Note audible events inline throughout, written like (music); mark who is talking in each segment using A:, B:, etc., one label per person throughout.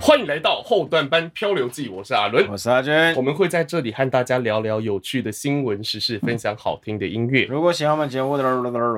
A: 欢迎来到后段班漂流记，我是阿伦，
B: 我是阿娟
A: 我。们会在这里和大家聊聊有趣的新闻时事，分享好听的音乐。
B: 如果喜欢我们节目的，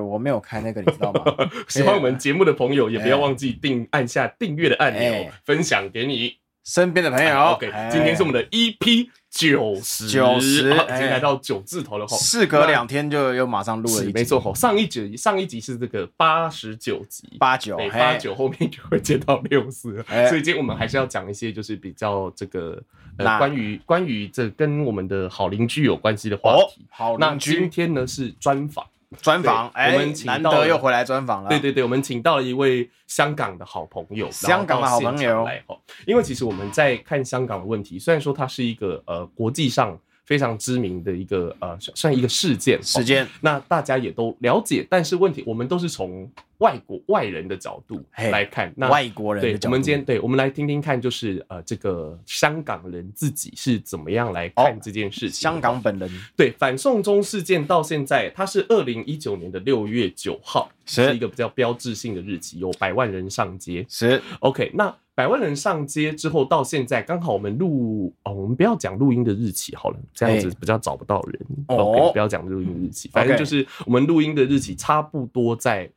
B: 我没有开那个，你知道吗？
A: (laughs) 喜欢我们节目的朋友，也不要
B: 哎
A: 忘记订按下订阅的按钮
B: 哎，
A: 分享给你。
B: 身边的朋友
A: 哎，OK，今天是我们的 EP 九十，
B: 90
A: 啊已经
B: 哎
A: 来到九字头了吼。
B: 事隔两天就又马上录了
A: 是
B: 一集，
A: 没错吼，上一集上一集是这个八十九集，
B: 八九
A: 对，
B: 哦嘿
A: 八九后面就会接到六四，
B: 哎
A: 所以今天我们还是要讲一些就是比较这个呃
B: 那
A: 关于关于这跟我们的好邻居有关系的话
B: 哦
A: 题。，
B: 好
A: 那
B: 邻
A: 今
B: 居
A: 天呢是专访，
B: 专访，
A: 对
B: 哎
A: 我们请，
B: 难
A: 到了
B: 得又回来专访了，
A: 对对对，我们请到了一位香港的好朋友，
B: 香港的好朋友
A: 然后到现场来吼，因为其实我们在看香港的问题，虽然说它是一个呃国际上非常知名的一个呃算算一个事件，
B: 时间，
A: 那大家也都了解，但是问题我们都是从外国外人的角度
B: 嘿
A: 来看，那
B: 外国人的
A: 对，
B: 角
A: 我
B: 度
A: 们今天对，我们来听听看，就是呃，这个香港人自己是怎么样来看
B: 哦
A: 这件事情的。
B: 香港本人
A: 对反送中事件到现在，它是二零一九年的六月九号，
B: 是
A: 一个比较标志性的日期，有百万人上街。
B: 是
A: OK，那百万人上街之后到现在，刚好我们录哦，我们不要讲录音的日期好了，这样子
B: 哎
A: 比较找不到人。
B: 哦
A: OK，不要讲录音的日期，反正
B: OK
A: 就是我们录音的日期差不多在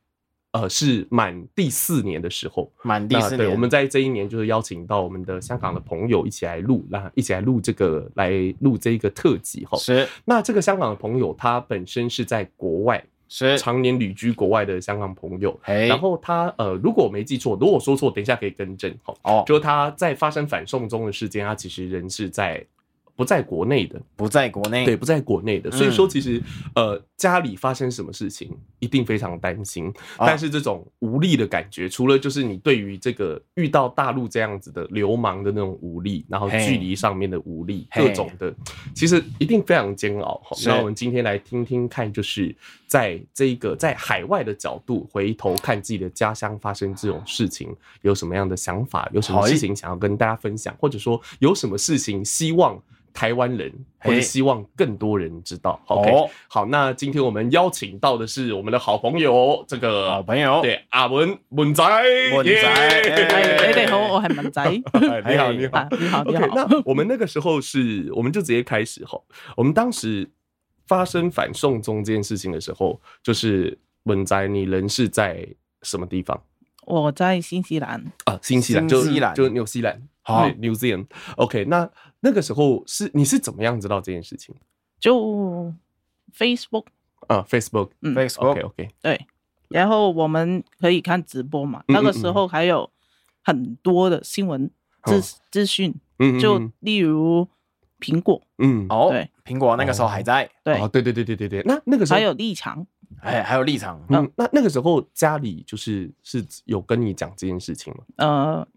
A: 呃是满第四年的时候。
B: 满第
A: 那
B: 四
A: 对，
B: 年，
A: 我们在这一年就是邀请到我们的香港的朋友一起来录，那一起来录这个来录这一个特辑哈。
B: 是
A: 那这个香港的朋友，他本身是在国外
B: 是，
A: 常年旅居国外的香港朋友，
B: 哎，
A: 然后他呃，如果我没记错，如果我说错，等一下可以更正哈。
B: 哦，
A: 就是他在发生反送中的事件，他其实人是在不在国内的，
B: 不在国内，嗯
A: 对，不在国内的，所以说其实呃家里发生什么事情一定非常担心，
B: 啊
A: 但是这种无力的感觉，除了就是你对于这个遇到大陆这样子的流氓的那种无力，然后
B: 嘿
A: 距离上面的无力，
B: 嘿
A: 各种的，其实一定非常煎熬。好，
B: 是
A: 那我们今天来听听看，就是在这一个在海外的角度回头看自己的家乡发生这种事情，有什么样的想法，有什么
B: 好
A: 事情想要跟大家分享，或者说有什么事情希望。台湾人，或者
B: 嘿
A: 希望更多人知道。
B: 哦
A: OK，、好，那今天我们邀请到的是我们的好朋友，这个
B: 好朋友，
A: 呃对阿文文仔，
B: 文仔
A: 耶
B: 哎
C: 係你哋好，我係文仔。
A: 哎你好，
B: 哎
A: 你好
C: (laughs) 啊，你好，你
A: OK，
C: 好。
A: 那我们那个时候是，我们就直接开始吼。我们当时发生反送中这件事情的时候，就是文仔，你人是在什么地方
C: 我在新西蘭，
A: 啊？新西兰，就
B: 新西兰
A: 就纽西兰，
B: 好
A: 对，New Zealand。OK，那那个时候是你是怎么样知道这件事情
C: 就 Facebook
A: 啊？Facebook，OK
C: 嗯
B: Facebook，
A: OK，
C: 对，然後我們可以看直播嘛。
A: 嗯
C: 那個時候還有很多的新聞資資訊，
A: 嗯，嗯
C: 就
A: 嗯
C: 例如蘋果，
A: 嗯
B: 哦
C: 对，
B: 苹果那个时候还在，
C: 对
A: 哦，，对对对对对对，那那个时候
C: 還有立場，
B: 哎，还有立场，
A: 嗯，那那个时候家里就是是有跟你讲这件事情吗？
C: 呃，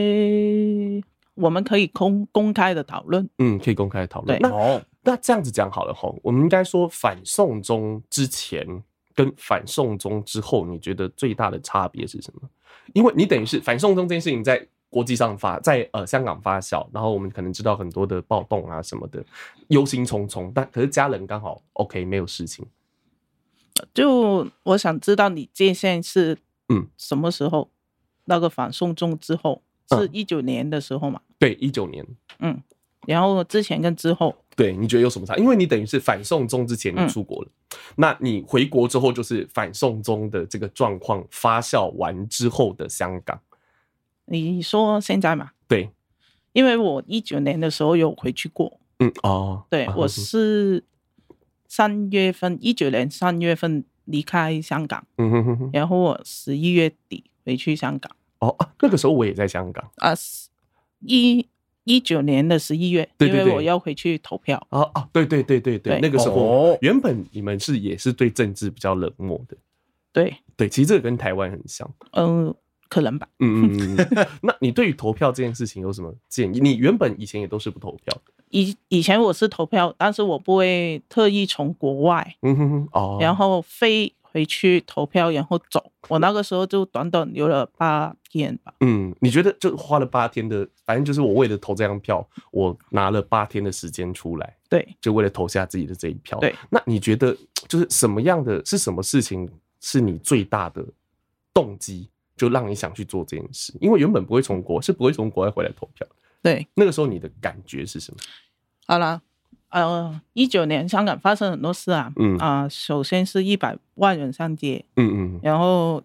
C: 也我們可以公公開的討論。
A: 嗯，可以公开地讨论。
C: 对
A: 那
B: 哦，
A: 那这样子讲好了吼，我们应该说反送中之前跟反送中之后，你觉得最大的差别是什么？因为你等于是反送中这件事情在国际上发，在呃香港发酵，然后我们可能知道很多的暴动啊什么的，忧心忡忡，但可是家人刚好 OK 没有事情。
C: 就我想知道你界限是
A: 嗯
C: 什么时候？那个反送中之后是
A: 嗯
C: 一九年的时候嘛？
A: 对，一九年
C: 嗯，然后之前跟之后，
A: 对，你觉得有什么差？因为你等于是反送中之前你
C: 嗯
A: 出国了，那你回国之后就是反送中的这个状况发酵完之后的香港，
C: 你说现在嘛？
A: 对，
C: 因为我一九年的时候有回去过，
A: 嗯，哦，
C: 对
A: 啊
C: 我是三月份，一九年三月份离开香港，
A: 嗯哼哼哼，
C: 然后我十一月底回去香港
A: 哦啊，那个时候我也在香港，
C: 啊，一一九年的十一月，
A: 对
C: 因
A: 对
C: 为
A: 对
C: 我要回去投票，
A: 哦哦，对对对对对，
C: 对
A: 那个时候
B: 哦
A: 原本你们是也是对政治比较冷漠的，
C: 对，
A: 对，其实这个跟台湾很像，
C: 嗯、可能吧，
A: 嗯嗯嗯 (laughs) 嗯，那你对于投票这件事情有什么建议？你原本以前也都是不投票的，
C: 以以前我是投票，但是我不会特意从国外
A: 嗯哼哼，哦，
C: 然后飞回去投票，然后走。我那个时候就短短留了八天吧，
A: 嗯，你觉得就花了八天的，反正就是我为了投这张票，我拿了八天的时间出来，
C: 对，
A: 就为了投下自己的这一票。
C: 对，
A: 那你觉得就是什么样的是什么事情是你最大的动机，就让你想去做这件事，因为原本不会从
C: 嗯
A: 国是不会从国外回来投票，
C: 对，
A: 那个时候你的感觉是什么？
C: 好啦，呃，一九年香港发生很多事啊，
A: 嗯
C: 啊、首先是一百万人上街，
A: 嗯嗯
C: 然后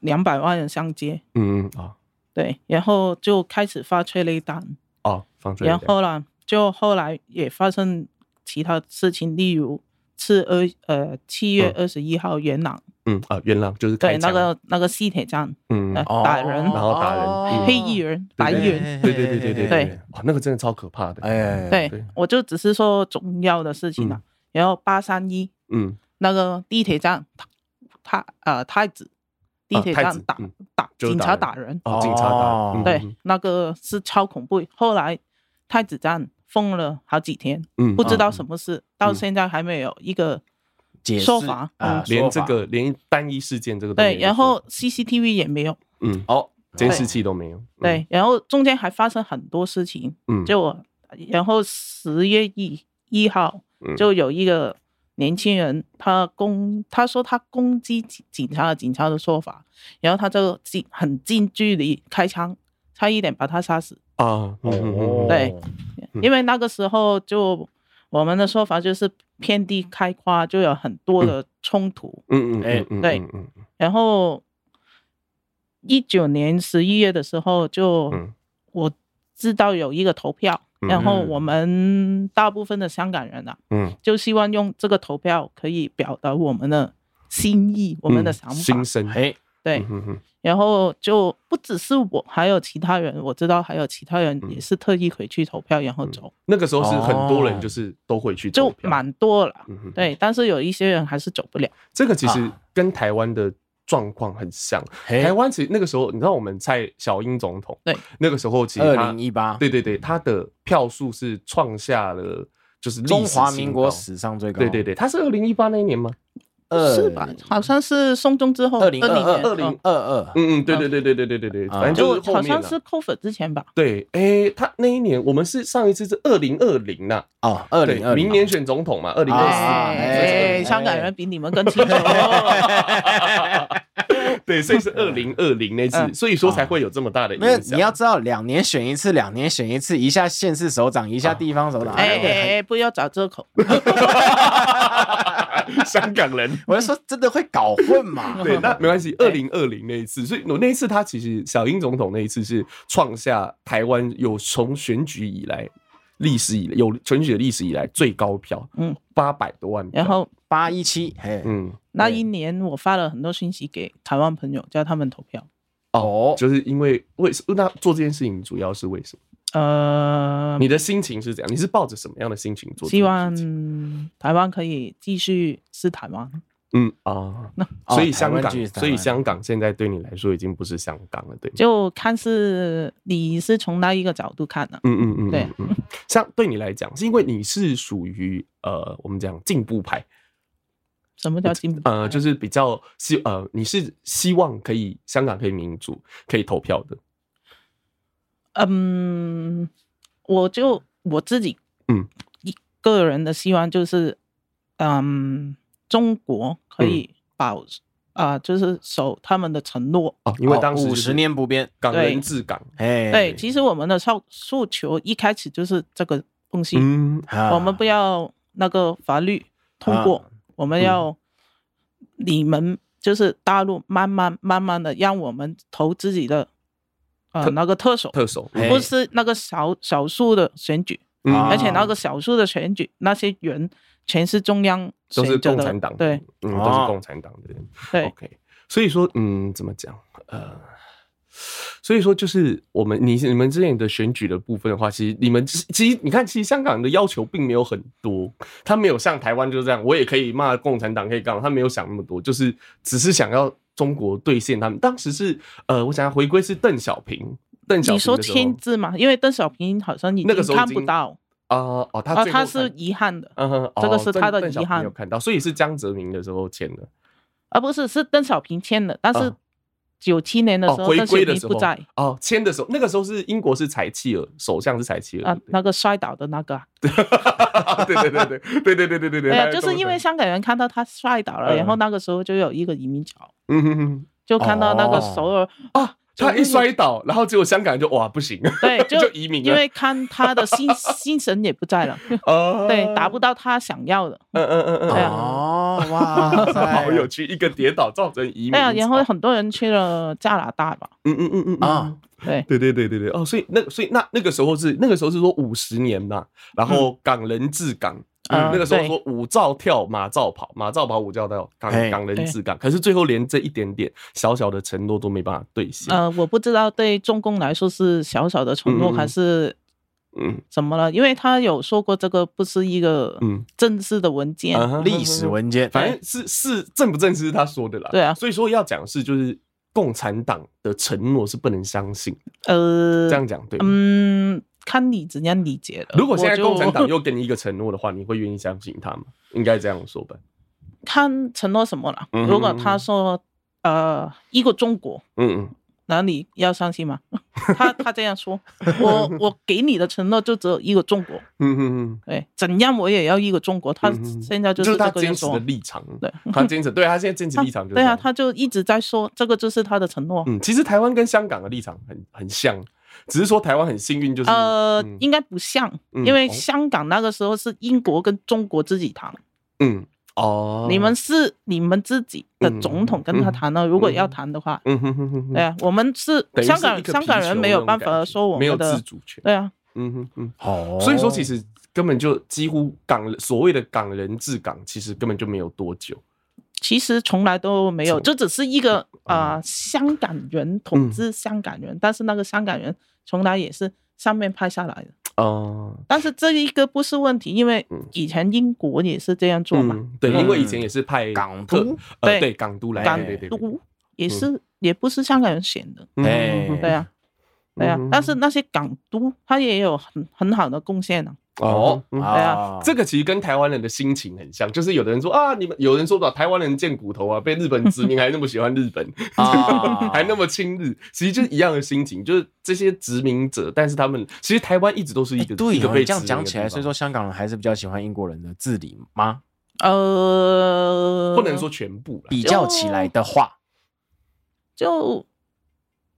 C: 两百万人上街，
A: 嗯嗯啊
C: 对，然后就开始发催泪弹，
A: 哦，放出来
C: 然
A: 一点，
C: 后呢，就后来也发生其他事情，例如是二呃七月二十一号元朗，
A: 嗯啊，元朗就是
C: 对
A: 开，
C: 那
A: 枪
C: 个那个西铁站，
A: 嗯
C: 呃
B: 哦
C: 打人
A: 然后打人嗯
C: 黑衣人、白衣人，
A: 对对对对对
C: 对，
A: 哇，那个真的超可怕的，
B: 哎，
C: 对
A: 对，
C: 我就只是说重要的事情啊。然后八三一
A: 嗯
C: 那个地铁站，太呃太子，地
A: 啊
C: 铁
A: 太
C: 站
A: 子
C: 打
A: 嗯
C: 打
A: 就是
C: 警
A: 打
C: 察
A: 人
C: 打人，
A: 哦，警察打
B: 哦
A: 人，嗯
C: 对，那个是超恐怖。后来太子站封了好几天，
A: 嗯
C: 不知道
B: 嗯
C: 什么事，到
A: 嗯
C: 现在还没有一个
B: 解释
C: 说法。
B: 啊
C: 嗯，
A: 连
B: 说
A: 这
B: 法
A: 个连单一事件这个都没
C: 对，
A: 有
C: 然
A: 说
C: 后 CCTV 也没有，
A: 嗯，
B: 哦，
A: 监视器都没有，嗯，
C: 对，然后中间还发生很多事情，
A: 嗯，
C: 就我然后十月一一号
A: 嗯
C: 就有一个年轻人，他攻他说他攻击警警察的警察的说法，然后他就近很近距离开枪，差一点把他杀死。
A: 啊，嗯嗯嗯嗯
C: 对
A: 嗯
C: 因为那个时候就我们的说法就是遍地开花，就有很多的冲突。
A: 嗯嗯
B: 哎
A: 嗯嗯，
C: 对
A: 嗯嗯嗯
C: 然后一九年十一月的时候就，
A: 嗯
C: 我知道有一个投票，然后
B: 嗯
C: 我们大部分的香港人啊，
A: 嗯，
C: 就希望用这个投票可以表达我们的心意、我们的
A: 嗯
C: 想法。
A: 心声，
B: 哎，
C: 对
A: 嗯，嗯嗯
C: 然后就不只是我，还有其他人，我知道还有其他人
A: 嗯
C: 也是特意回去投票，然后走，
A: 那个时候是很多人
B: 哦
A: 就是都会去投
C: 就
A: 票，
C: 蛮多了。
A: 嗯哼，
C: 对，但是有一些人还是走不了。
A: 这个其实
B: 啊
A: 跟台湾的状况很像。台
B: 台
A: 湾其实那个时候，你知道我们蔡小英总统，
C: 哎对，
A: 那个时候其实
B: 二
A: 他
B: 零，一八，
A: 对对对，他的票数是创下了就是历史
B: 中华
A: 新
B: 民国
A: 高
B: 史上最高，
A: 对对对，他是二零一八那一年吗？
B: 二
C: 是吧？好像是送终之后，
B: 二零二二
C: 2020
A: 二零
C: 哦
B: 二二，
A: 嗯嗯，对对对对对对对对，
B: 啊
A: 反正就是
C: 嗯就
A: 后
C: 好
A: 面
C: 像
A: 啦
C: 是 cover 之前吧。
A: 对，哎，他那一年我们是上一次是二零二零呐，
B: 哦，二
A: 对
B: 零二，
A: 明年选总统嘛，二零
B: 啊
A: 二
C: 哎
A: 四。
B: 哎
C: 哎，
B: 哎
C: 香港人比你们更清楚。哎
A: 对，所以是二零二零那次，
C: 嗯
A: 所以说才会有这么大的影
B: 没有，
A: 响。
B: 你要知道，两年选一次，两年选一次，一下县市首长，一下地方首长。
C: 哎
B: 哎，
C: 哎哎，不要找这口。
A: (laughs) 香港人，
B: (laughs) 我就说真的会搞混
A: (laughs)
B: 嘛？
A: 对，那没关系。
C: 哎
A: 二零二零那一次，所以我那一次他其实小英总统那一次是创下台湾有从选举以来历史以来有选举的历史以来最高票，
C: 嗯，
A: 八百多万票。
C: 然后
B: 八一七，嘿，
A: 嗯，
C: 那一年我发了很多信息给台湾朋友，叫他们投票。
B: 哦，
A: 就是因为为什那做这件事情主要是为什么？
C: 呃，
A: 你的心情是怎样？你是抱着什么样的心情做这件事情？
C: 希望台湾可以继续是台湾。
A: 嗯啊
C: 那，
A: 所以
B: 哦台
A: 香
B: 湾
A: 港
B: 剧，台湾
A: 所以香港现在对你来说已经不是香港了，对吗？
C: 就看是你是从哪一个角度看的、啊
A: 嗯嗯嗯，
C: 对
A: 嗯，嗯像对你来讲，是因为你是属于呃，我们讲进步派，
C: 什么叫进步？
B: 嗯
A: 呃，就是比较希呃，你是希望可以香港可以民主，可以投票的，
C: 嗯，我就我自己，
A: 嗯，
C: 一个人的希望就是，嗯，中国可
A: 嗯
C: 以保啊、就是守他们的承诺。
A: 哦，因为当时
B: 五
A: 就是
B: 十年不变，
A: 港人
C: 对
A: 治港，
B: 哎，
C: 对，其实我们的诉诉求一开始就是这个东西，
A: 嗯
B: 啊
C: 我们不要那个法律通
A: 啊
C: 过，我们
A: 嗯
C: 要你们就是大陆慢慢慢慢的让我们投自己的呃
A: 特
C: 那个特首，
A: 特首，
B: 哎
C: 不是那个少少数的选举，
A: 嗯
B: 啊
C: 而且那个少数的选举那些人全是中央
A: 都是
C: 选择
A: 共
C: 的
A: 产党，哦
C: 对，
A: 嗯，
B: 哦
A: 都是共产党的人。
C: 对
A: OK，所以说，嗯，怎么讲？呃，所以说就是我们你你们之前的选举的部分的话，其实你们其实你看，其实香港的要求并没有很多，他没有像台湾就是这样，我也可以骂共产党，可以干嘛？他没有想那么多，就是只是想要中国兑现他们当时是呃，我想要回归是邓小平，邓小
C: 你
A: 平
C: 说
A: 的时候
C: 签字嘛，因为邓小平好像已
A: 那个时候
C: 经
A: 已
C: 看
A: 经
C: 不到
A: 啊、哦，他
C: 啊，
A: 最后
C: 他
A: 才
C: 是遗憾的。
A: 嗯哼，
C: 这个
A: 哦
C: 是
A: 邓
C: 他的
A: 邓小
C: 遗
A: 平
C: 憾
A: 有看到，所以是江泽民的时候签的。
C: 啊，不是，是邓小平签的，但是
A: 啊
C: 九七年的时
A: 哦，
C: 候，
A: 回
C: 邓小
A: 归的时
C: 平
A: 候
C: 不在
A: 哦，签的时候，那个时候是英国是柴契尔，首相是柴契尔
C: 啊，那个摔倒的那个啊，
A: (laughs) 对对对对对对对对对对
C: 对啊
A: 对，
C: 啊，就是因为香港人看到他摔倒了，
A: 嗯
C: 然后那个时候就有一个移民潮，
A: 嗯哼哼，
C: 就看到那个首尔、
A: 啊，他一摔倒，然后结果香港人就哇不
C: (laughs)
A: 行， (laughs)
C: 对，就
A: 移民了，
C: 因为看他的
A: (laughs)
C: 心心神也不在了，
A: 啊，
C: 对，达不，到他想要的，
A: 嗯嗯嗯嗯
C: 对啊
B: 哦，哇塞，
A: (laughs) 好有趣，一个跌倒造成移民，
C: 对啊，然后很多人去了加拿大吧，
A: 嗯嗯嗯嗯嗯
B: 啊，
A: (laughs)
C: 对，
A: 对对对对对，哦，所以那所以那那个时候是那个时候是说五十年呐、然后港人治港，
C: 嗯
A: 那个时候
C: 对
A: 说五照跳，马照跑，马照跑，五照跳，港
B: 嘿
A: 港人治港，可是最后连这一点点小小的承诺都没办法兑现，
C: 呃，我不知道对中共来说是小小的承诺
A: 嗯嗯嗯
C: 还是
A: 嗯
C: 怎么了，因为他有说过这个不是一个
A: 嗯
C: 正式的文件，
A: 啊 (laughs) 哈
B: 历史文件，哎
A: 反正是是正不正是他说的啦，
C: 对啊
A: 所以说要讲的是就是共产党的承诺是不能相信，
C: 呃，
A: 这样讲对吗。
C: 嗯，看你怎样理解了。
A: 如果现在
C: 我就
A: 共产党又给你一个承诺的话，你会愿意相信他吗？应该这样说吧。
C: 看承诺什么了，
A: 嗯哼
C: 如果他说呃一个中国，
A: 嗯嗯，
C: 那你要相信吗？ (laughs) 他他这
A: (laughs)
C: 样说，我我给你的承诺就只有一个中国，
A: 嗯嗯嗯。
C: 对，怎样我也要一个中国。他
A: 嗯哼
C: 现在
A: 就是他
C: 这个
A: 坚
C: 样
A: 持的
C: 说，
A: 立场，
C: 对，
A: (laughs) 他坚持，对他现在坚持
C: 他
A: 立场就是
C: 对
A: 这
C: 啊，
A: 样
C: 他就一直在说这个就是他的承诺。
A: 嗯，其实台湾跟香港的立场很很像，只是说台湾很幸运，就是
C: 呃
A: 嗯，
C: 应该不像，
A: 嗯
C: 因为
A: 哦
C: 香港那个时候是英国跟中国自己谈，
A: 嗯哦，
C: 你们是你们自己的总统跟他谈了，如果要谈的话，
A: 嗯哼哼哼哼，
C: 对啊，我们是
A: 等于是
C: 香
A: 一
C: 港
A: 个
C: 香
A: 皮
C: 港
A: 球
C: 人没有
A: 那种
C: 办
A: 感
C: 法
A: 觉
C: 说我
A: 没有
C: 们
A: 自
C: 的，
A: 主权，
C: 对啊，
A: 嗯哼嗯，
B: 哦，
A: 所以说其实根本就几乎港所谓的港人治港，其实根本就没有多久，
C: 其实从来都没有，
A: 从
C: 这只是一个
A: 啊
C: 呃香港人
A: 嗯
C: 统治香港人，但是那个香港人从来也是上面派下来的，
A: 哦，
C: 但是这一个不是问题，因为
A: 嗯
C: 以前英国也是这样做嘛，
A: 嗯对，因为以前也是派
B: 港
A: 特
B: 督，
A: 呃，
C: 对
A: 对港督来，
C: 港
A: 对对对，
C: 督也是、也不是香港人选的，
A: 嗯
B: 哎
A: 嗯嗯
C: 对啊。对啊
A: 嗯，
C: 但是那些港督他也有很很好的贡献啊。
A: 哦
B: 哦，
A: 嗯
B: 啊，
A: 这个其实跟台湾人的心情很像，就是有的人说啊，你们有人说吧，台湾人贱骨头啊，被日本殖民还那么喜欢日本，
B: (laughs) 啊
A: (laughs) 还那么亲日，其实就是一样的心情，就是这些殖民者，但是他们其实台湾一直都是一
B: 哎
A: 个、
B: 对
A: 一个
B: 哦，
A: 被
B: 你这样
A: 殖民的
B: 讲起来，
A: 地方
B: 所以说香港人还是比较喜欢英国人的治理吗？
C: 呃，
A: 不能说全部
B: (laughs)
A: 啦， (laughs)
B: 比较起来的话，
C: 就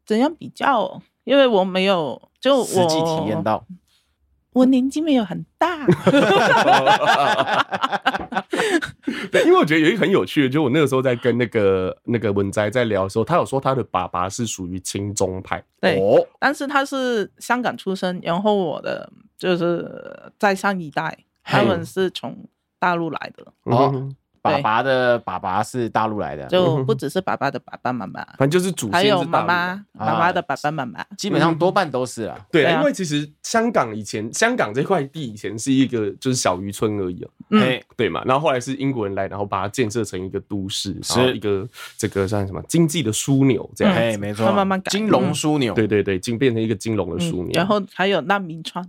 C: 怎样比较，因为我没有就我
B: 实际体验，到，
C: 我年纪没有很大， (laughs)
A: 对，因为我觉得有一个很有趣的，就我那个时候在跟那个那个文摘在聊的时候，他有说他的爸爸是属于亲中派，
C: 对，
B: 哦，
C: 但是他是香港出生，然后我的就是在上一代，
B: 嘿
C: 他们是从大陆来的，
B: 哦
A: 嗯
B: 爸
C: 对
B: 爸的爸爸是大陆来的，
C: 就不只是爸爸的爸爸妈妈，
A: 反正就是祖
C: 还
A: 先
C: 有
A: 是大
C: 妈
A: 陆人
C: 妈妈妈的爸爸妈妈，
B: 基本上多半都是啦。
A: 对
C: 对
A: 啊，
C: 啊
A: 因为其实香港以前，香港这块地以前是一个就是小渔村而已、哦，
C: 嗯，
B: 哎，
A: 对嘛？然后后来是英国人来，然后把它建设成一个都市，
B: 是
A: 然后一个这个算什么经济的枢纽这样。
B: 哎，没错，
C: 慢慢改
B: 金融枢纽，
A: 嗯对对对，经变成一个金融的枢纽
C: 嗯。然后还有难民川，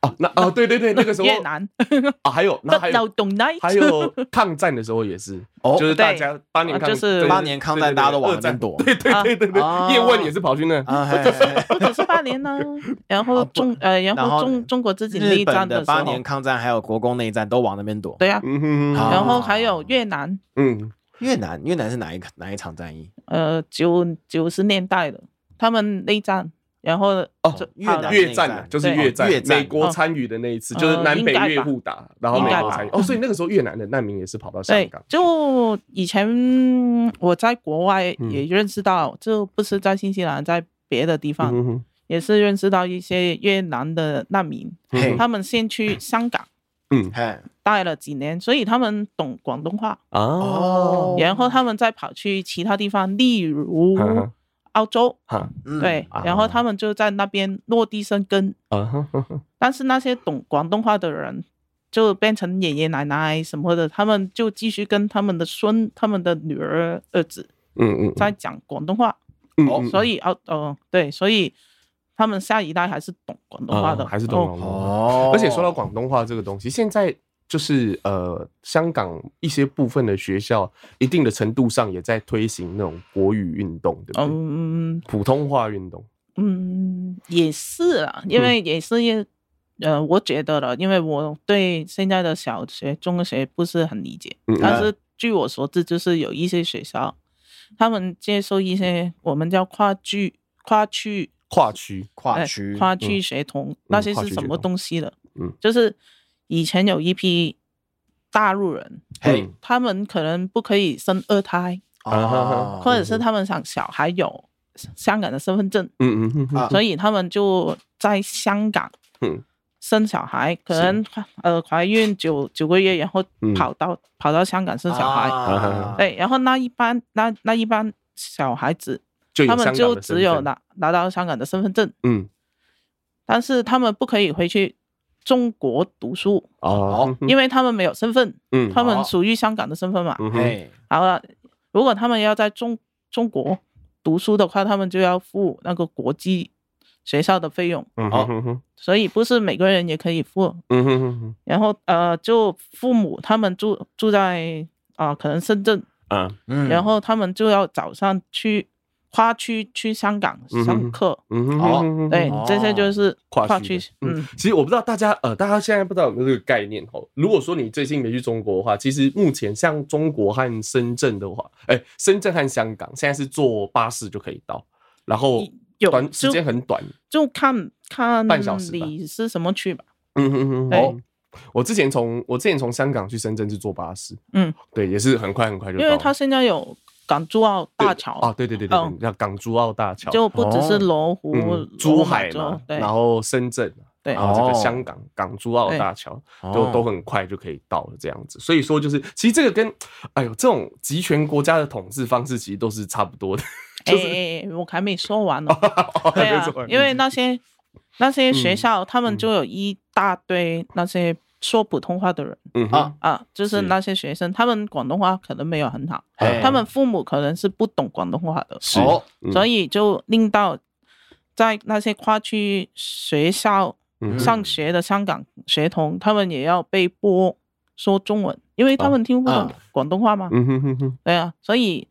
A: 哦，那哦，对对对，那个时候
C: 越南，
A: 啊，还有那还
C: 老
A: 有
C: 懂来，
A: (laughs) 还有抗战的时候也是，
B: 哦
A: 就是大
C: 对
A: 家八年
C: 啊
A: 抗
C: 就是
A: 对
B: 八年抗战
A: 对对对
B: 大家都往
A: 二
B: 那
A: 战
B: 边躲
A: 对对对对对
B: 啊，
A: 叶问也是跑去那。
B: 啊，
A: (laughs)
B: 嘿嘿嘿
C: 不只是八年呢，然后
B: 不
C: 中呃，然
B: 然后
C: 后中中国自己
B: 日
C: 内
B: 本
C: 战
B: 的
C: 时
B: 八
C: 候，
B: 年抗战还有国共内战都往那边躲。
C: 对呀、
A: 嗯哼
B: 啊
C: 然后还有越南，
A: 嗯
B: 越南，越南是哪一个哪一场战役？
C: 呃，九九十年代的，他们内战，然后
A: 哦
C: 这
B: 越
C: 好
B: 南
C: 了
A: 越战啊，就是
C: 对
A: 越战，
B: 越战
A: 美国参与的那一次，就是
C: 哦
A: 南北
C: 应该吧
A: 越互打，然后美国参与
B: 应。该吧
A: 哦，所以那个时候越南的难民也是跑到香
C: 对
A: 港，。
C: 哎就以前我在国外
A: 嗯
C: 也认识到，就不是在新西兰，在别的地方、
A: 嗯哼
C: 也是认识到一些越南的难民，
B: 嘿
C: 他们先去香港
A: 嗯
B: 嘿，
C: 待了几年，所以他们懂广东话，
A: 哦
B: 哦
C: 然后他们再跑去其他地方，例如
A: 嗯哼
C: 澳洲，
A: 啊哈
B: 嗯，
C: 对，然后他们就在那边落地生根。
A: 啊哈哈哈
C: 但是那些懂广东话的人，就变成爷爷奶奶什么的，他们就继续跟他们的孙、他们的女儿、儿子
A: 嗯嗯
C: 在讲广东话，
A: 嗯
B: 哦
A: 嗯
C: 所以哦哦对，所以他们下一代还是懂广东话的，
A: 啊还是懂
C: 哦
A: 广东话。
B: 哦，
A: 而且说到广东话这个东西，现在就是呃，香港一些部分的学校，一定的程度上也在推行那种国语运动，对不对？
C: 嗯
A: 普通话运动。
C: 嗯，也是啊，因
A: 嗯
C: 为也是因。呃，我觉得了，因为我对现在的小学、中学不是很理解，
A: 嗯
C: 但是据我所知，就是有一些学校，他们接受一些我们叫跨区跨区
A: 跨区嗯
B: 跨
C: 哎
B: 区，
C: 跨区协同，那些
A: 跨
C: 是
A: 区
C: 什
A: 协
C: 么
A: 同
C: 东西的？
A: 嗯
C: 就是以前有一批大陆人，
B: 嘿，
A: 嗯
C: 他们可能不可以生二胎，
A: 啊哈哈
B: 哦
C: 或者是他们想小孩有香港的身份证，
A: 嗯嗯嗯嗯
B: 啊
C: 所以他们就在香港
A: (laughs) 嗯
C: 生小孩，可能呃怀孕九九个月，然后
A: 嗯
C: 跑到、跑到香港生小孩，
B: 啊
C: 对，然后那一般那那一般小孩子，
A: 嗯就有
C: 他
A: 香
C: 们
A: 港
C: 就
A: 的身
C: 只有
A: 份
C: 拿拿到香港的身份证，
A: 嗯
C: 但是他们不可以回去中国读书，
A: 哦，
C: 因为他们没有身份，
A: 嗯
C: 他们
B: 哦
C: 属于香港的身份嘛。
A: 嗯哼
B: 啊嘿，
C: 好了，如果他们要在中中国读书的话，他们就要付那个国际学校的费用，
A: 嗯哼哼
C: 所以不是每个人也可以付。
A: 嗯哼哼哼
C: 然后呃，就父母他们住住在啊、可能深圳，
A: 啊
B: 嗯
C: 然后他们就要早上去跨区去香港
A: 嗯哼哼
C: 上课。
A: 嗯哼哼哼哼
C: 对
B: 哦，
C: 这些就是
A: 跨
C: 哎跨
A: 区
C: 区
A: 的，
C: 嗯，
A: 其实我不知道大家呃，大家现在不知道有没有这个概念哦。如果说你最近没去中国的话，其实目前像中国和深圳的话，哎、深圳和香港现在是坐巴士就可以到，然后
C: 有
A: 短时
C: 就
A: 间很短。
C: 就看看
A: 半小时吧
C: 你是什么区吧。
A: 嗯哼哼
C: 对
A: 哼。我之前从我之前从香港去深圳是坐巴士，
C: 嗯，
A: 对，也是很快很快就到
C: 因
A: 了。
C: 为它现在有港珠澳大桥
A: 啊，对对对对，
C: 嗯
A: 对叫港珠澳大桥，
C: 就不只是
B: 哦
C: 罗湖、
A: 嗯，
C: 罗
A: 珠
C: 马
A: 海
C: 州
A: 嘛，
C: 对
A: 然后深圳，啊
C: 对
A: 然后这个
B: 哦
A: 香港港珠澳大桥
B: 对
A: 都
B: 哦
A: 都很快就可以到了这样子。所以说，就是其实这个跟哎呦这种集权国家的统治方式其实都是差不多的，
C: 哎哎，哎我还没说完呢。 (laughs) 对
A: 哦没
C: 啊
A: 错，
C: 因为那些那些学
A: 嗯
C: 校，他
A: 嗯
C: 们就有一大堆那些说普通话的人
A: 嗯
B: 啊
A: 啊，
C: 啊，就是
A: 是
C: 那些学生，他们广东话可能没有很好，
B: 嘿
C: 他们父母可能是不懂广东话的，
A: 是
B: 哦
A: 嗯
C: 所以就令到在那些跨区学校
A: 嗯
C: 上学的香港学童，他们也要被迫说中文，因为他们听不懂
B: 啊
C: 广东话嘛。
A: 哦嗯哼哼哼，
C: 对啊，所以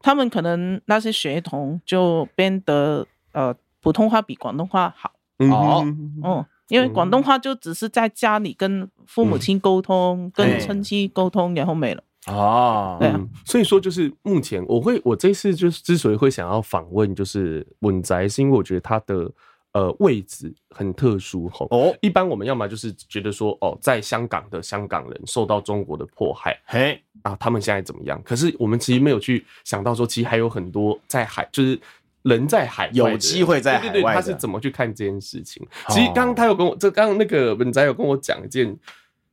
C: 他们可能那些学童就变得呃普通话比广东话好，
A: 嗯
B: 哦
A: 哼哼哼
C: 嗯，因为广东话就只是在家里跟父
A: 嗯
C: 母亲沟通、
B: 哎
C: 跟亲戚沟通，然后没了。
B: 哦，
C: 对啊
A: 嗯，所以说就是目前我会我这次就是之所以会想要访问就是文宅，是因为我觉得他的呃位置很特殊吼。
B: 哦，
A: 一般我们要么就是觉得说，哦，在香港的香港人受到中国的迫害
B: 嘿，
A: 啊，他们现在怎么样？可是我们其实没有去想到说，其实还有很多在海，就是人在海外的人
B: 有机会在海外的
A: 对对对，他是怎么去看这件事情？
B: 哦
A: 其实刚刚他有跟我，这刚刚那个文仔有跟我讲一件，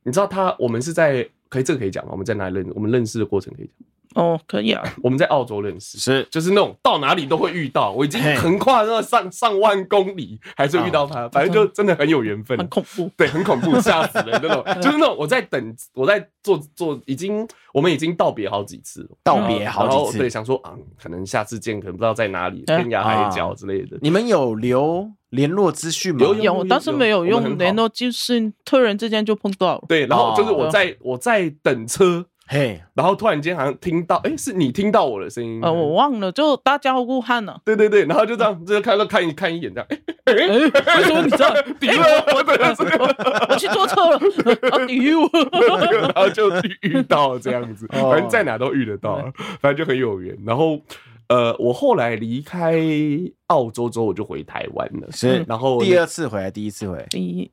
A: 你知道他我们是在可以这个可以讲吗？我们在哪里认识？我们认识的过程可以讲，
C: 哦，可以啊，
A: 我们在澳洲认识。
B: 是
A: 就是那种到哪里都会遇到，我已经
B: 嘿
A: 横跨那上上万公里，还是会遇到他，反正就真的很有缘分，
B: 哦
C: 很恐怖。
A: (laughs) 对，很恐怖，吓死人那种，就是那种我在等，我在做做，已经我们已经道别好几次了，
B: 道别
A: 然
B: 好
A: 后
B: 几
A: 对，
B: 次。
A: 想说啊，可能下次见，可能不知道在哪里，
C: 哎
A: 天涯海角之类的。
B: 你们有留联络资讯吗？
A: 有有
C: 有，但是没有
A: 我们很
C: 用
A: 好
C: 联络，就是突然之间就碰到了。
A: 对，然后就是我
C: 哦
A: 在我在等车，
B: 嘿，
A: 然后突然间好像听到，哎，是你听到我的声音
C: 呃，我忘了，就大家互看了。
A: 对对对，然后就这样，就看看一看一眼这样，哎，
C: 哎，为什么你
A: (laughs)
C: 知道？
A: 敌
C: 哎
A: 了，我等了这个，
C: 我去坐车了， (laughs) 啊，
A: (laughs)
C: 你我。
A: 然后就去遇到这样子，
B: 哦
A: 反正在哪都遇得到，反正就很有缘。然后，呃，我后来离开澳洲之后，我就回台湾了。
B: 是
C: 嗯
A: 然后
B: 第二次回来，第一次回来，
C: 你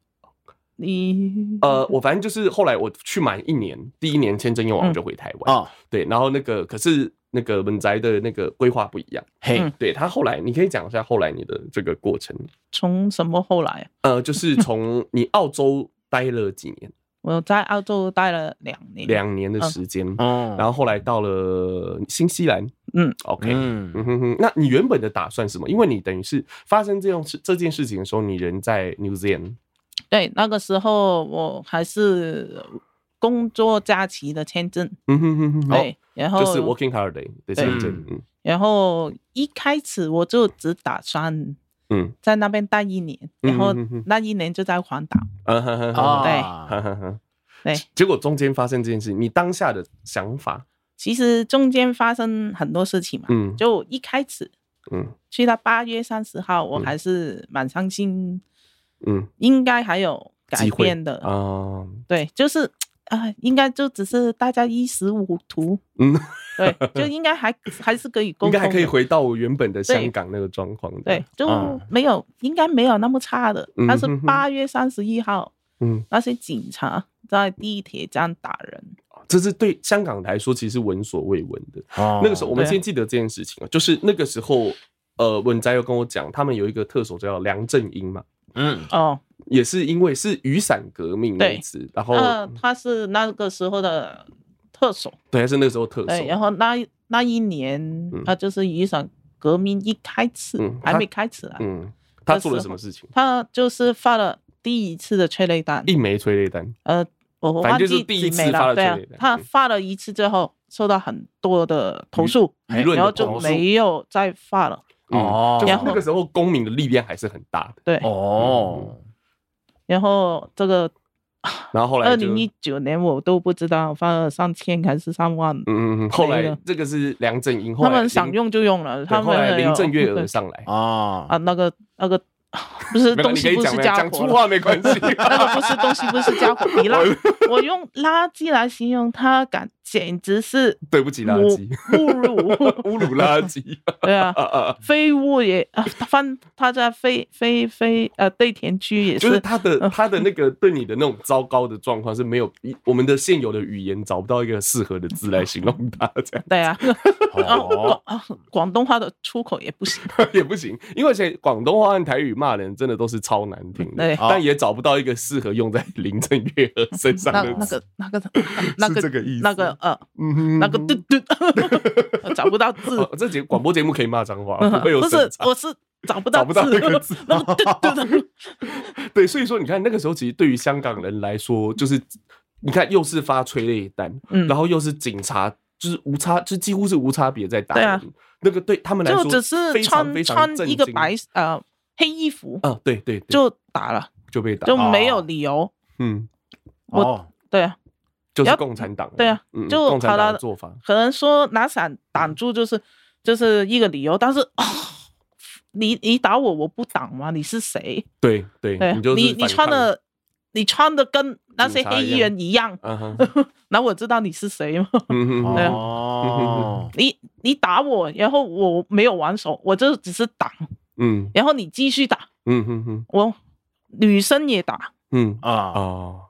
C: 你
A: 呃，我反正就是后来我去满一年，第一年签证用完我就回台湾。
B: 哦，
A: 对，然后那个可是那个文宅的那个规划不一样，
B: 嘿，
C: 嗯
A: 对他后来你可以讲一下后来你的这个过程，
C: 从什么后来啊？
A: 呃，就是从你澳洲待了几年，
C: 我在澳洲待了两年，
A: 两年的时间，
B: 哦，
A: 然后后来到了新西兰
C: 嗯，
A: ，OK，
B: 嗯
A: 嗯哼哼，那你原本的打算是什么？因为你等于是发生这种事这件事情的时候，你人在 New Zealand，
C: 对，那个时候我还是工作假期的签证，
A: 嗯哼哼哼，
C: 对，然后
A: 就是 Working Holiday 的签证，嗯
C: 然后一开始我就只打算
A: 嗯，
C: 在那边待一年，
A: 嗯
C: 然后
A: 嗯嗯嗯
C: 那一年就在环岛，
A: 啊哈哈哈
B: 啊，
A: 哈哈哈，
C: 对，
A: 结果中间发生这件事，你当下的想法，
C: 其实中间发生很多事情嘛，
A: 嗯
C: 就一开始
A: 嗯
C: 去到八月三十号，我
A: 嗯
C: 还是蛮伤心，
A: 嗯，
C: 应该还有改
A: 机会
C: 变的，
A: 啊，
C: 对，就是啊，应该就只是大家衣食无图，
A: 嗯，
C: (laughs) 对，就应该还还是可以沟
A: 应
C: 通
A: 该
C: 的，
A: 还可以回到我原本的香
C: 对
A: 港那个状况。
C: 对，，就
B: 嗯
C: 没有，应该没有那么差的。他是
A: 嗯哼哼
C: 八月三十一号，
A: 嗯，
C: 那些警察在地铁站打人，
A: 这是对香港来说其实闻所未闻的。
B: 哦
A: 那个时候我们
C: 对啊
A: 先记得这件事情啊，就是那个时候，呃，文摘又跟我讲，他们有一个特首叫梁振英嘛，
B: 嗯，
C: 哦，
A: 也是因为是雨伞革命那一次，然后、
C: 那呃他是那个时候的特首，
A: 对，还是那时候特首
C: 对，，然后那一那一年
A: 嗯
C: 他就是雨伞革命一开始
A: 嗯，
C: 还
A: 他
C: 没开始啊，
A: 嗯，他
C: 那
A: 做了
C: 时
A: 什
C: 候
A: 么事情？
C: 他就是发了第一次的催泪弹，
A: 一枚催泪弹，
C: 呃，我我
A: 反
C: 忘
A: 正就是
C: 记
A: 第一
C: 几
A: 次
C: 枚
A: 发了
C: 了，对啊
A: 催泪弹，
C: 他
A: 嗯
C: 发了一次之后受到很多的投诉，
A: 舆论
C: 然后
A: 的
C: 就
A: 投诉，
C: 没有再发了。
A: 嗯
B: 哦
A: 就是
C: 然后
A: 那个时候公民的力量还是很大的。
C: 对，
A: 嗯
B: 哦，
C: 然后这个
A: 然 (laughs) 后后来
C: 二
A: 就
C: 零一九年我都不知道发了上千还是上万，
A: 嗯嗯嗯，后
C: 没
A: 来
C: 了
A: 这个是梁振英，后
C: 他
A: 来
C: 们
A: 林
C: 想用就用
A: 对
C: 了，他
A: 后来
C: 们
A: 林
C: 有
A: 郑月娥
C: 对
A: 上来，
B: 哦
C: (laughs) 啊，那个那
A: (laughs)
C: 个不是
A: 没有
C: 东
A: 你可
C: 西
A: 以
C: 不
A: 讲
C: 是
A: 没有
C: 家
A: 讲
C: 伙
A: 粗
C: 了。
A: 话没关系。
C: (laughs) 那个不是东西，不是家伙，你垃，我用垃圾来形容他，感简直是
A: 对不起，垃
C: 侮
A: 圾，
C: 侮
A: (laughs)
C: 辱，
A: 侮辱垃
C: (laughs)
A: 圾。
C: 对啊
A: (laughs) 啊，啊，
C: 废物也啊，他翻他在废废废呃堆填区也
A: 就是
C: 是，
A: 他的他的那个对你的那种糟糕的状况是没有我们的现有的语言找不到一个适合的字来形容它，这样
C: 对啊，然后广
B: 哦，
C: 啊广东话的出口也
A: (laughs)
C: 不行，
A: 也不行。因为现在广东话和台语骂人真的都是超难听的，
C: 对
A: 但也找不到一个适合用在林郑月娥身上
C: 那
A: 的
C: 那
A: 词。
C: 个那个那
A: 是这个
C: 个
A: 意思
C: 那个呃
A: 嗯哼
C: 那个嘟 (laughs) 嘟，找不到字，嗯
A: 哦这节广播节目可以骂脏话，不会有
C: 不
A: 审
C: 是
A: 查
C: 我是找不
A: 找
C: 到
A: 不到那个
C: 字，
A: 字。
C: (laughs) 那个嘟嘟的，
A: (laughs) 对，所以说你看那个时候，其实对于香港人来说，就是你看又是发催泪弹，
C: 嗯
A: 然，后又是警察，就是无差，就几乎是无差别在打
C: 对
A: 人。
C: 啊
A: 那个对他们来说
C: 就只是
A: 非常
C: 穿
A: 非常
C: 穿
A: 震
C: 一个
A: 惊
C: 白呃黑衣服
A: 啊，对对对，就
C: 就打了，
A: 就被打，哦
C: 就没有理由，
A: 嗯，
C: 我
B: 哦
C: 对啊，
A: 就是
C: 要
A: 共产党，
C: 对啊，
A: 嗯，
C: 就
A: 共产
C: 好
A: 党
C: 了
A: 的做法，
C: 可能说拿伞挡住就是就是一个理由，但是 (sniffs) 啊、你你打我，我不挡吗？你是谁？
A: 对对
C: 对，，
A: 就是
C: 你
A: 反
C: 穿
A: 抗，
C: 的你穿的跟那些
A: 警察
C: 黑
A: 一
C: 衣
A: 样
C: 人一样，
A: 嗯哼，
C: 那我知道你是谁吗？ (laughs)
A: 嗯哼哼，
C: 对啊
B: 哦，
C: 你你打我，然后我没有还手，我就只是挡，
A: 嗯
C: 然后你继续打
A: 嗯哼哼，
C: 我，女生也打，
A: 嗯
B: (laughs) 啊，
A: 哦，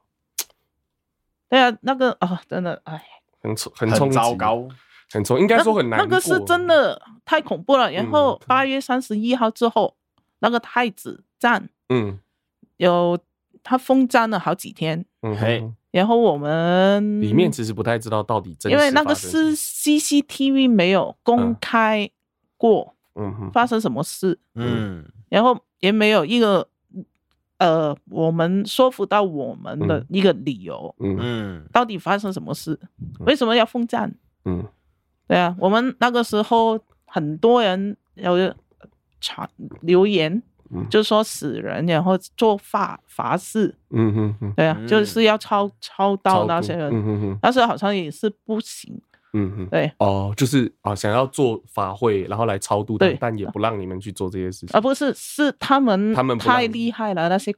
C: 对啊，那个啊、真的哎，
A: 很冲，很冲
B: 很
A: 击
B: 糟，糕，
A: 很冲，应该
C: 那
A: 说很难
C: 那
A: 过，
C: 个是真的太恐怖了。然
A: 嗯
C: 后
A: 对
C: 八月三十一号之后，那个太子站。
A: 嗯，
C: 有他封站了好几天，
A: 嗯
B: 嘿
A: 嗯，
C: 然后我们
A: 里面其实不太知道到底真
C: 因为那个
A: 实发生
C: 是 CCTV 没有公开过
A: 嗯哼
C: 发生什么事，
B: 嗯，
C: 然后也没有一个呃我们说服到我们的
A: 嗯
C: 一个理由，
A: 嗯
B: 嗯，
C: 到底发生什么事，为什么要封站？
A: 嗯
C: 对啊，我们那个时候很多人有查留言
A: 嗯，
C: 就说死人，然后做法法事，
A: 嗯哼哼，
C: 对啊，就
B: 嗯
C: 是要超超到
A: 超
C: 那
A: 多
C: 些人，
A: 嗯哼哼，
C: 但是好像也是不行，
A: 嗯哼。
C: 对，
A: 哦，就是啊，想要做法会，然后来超度他
C: 对，呃
A: 但也不让你们去做这些事情
C: 而。啊不是是他们
A: 他们不让
C: 太
A: 你
C: 厉害了，那些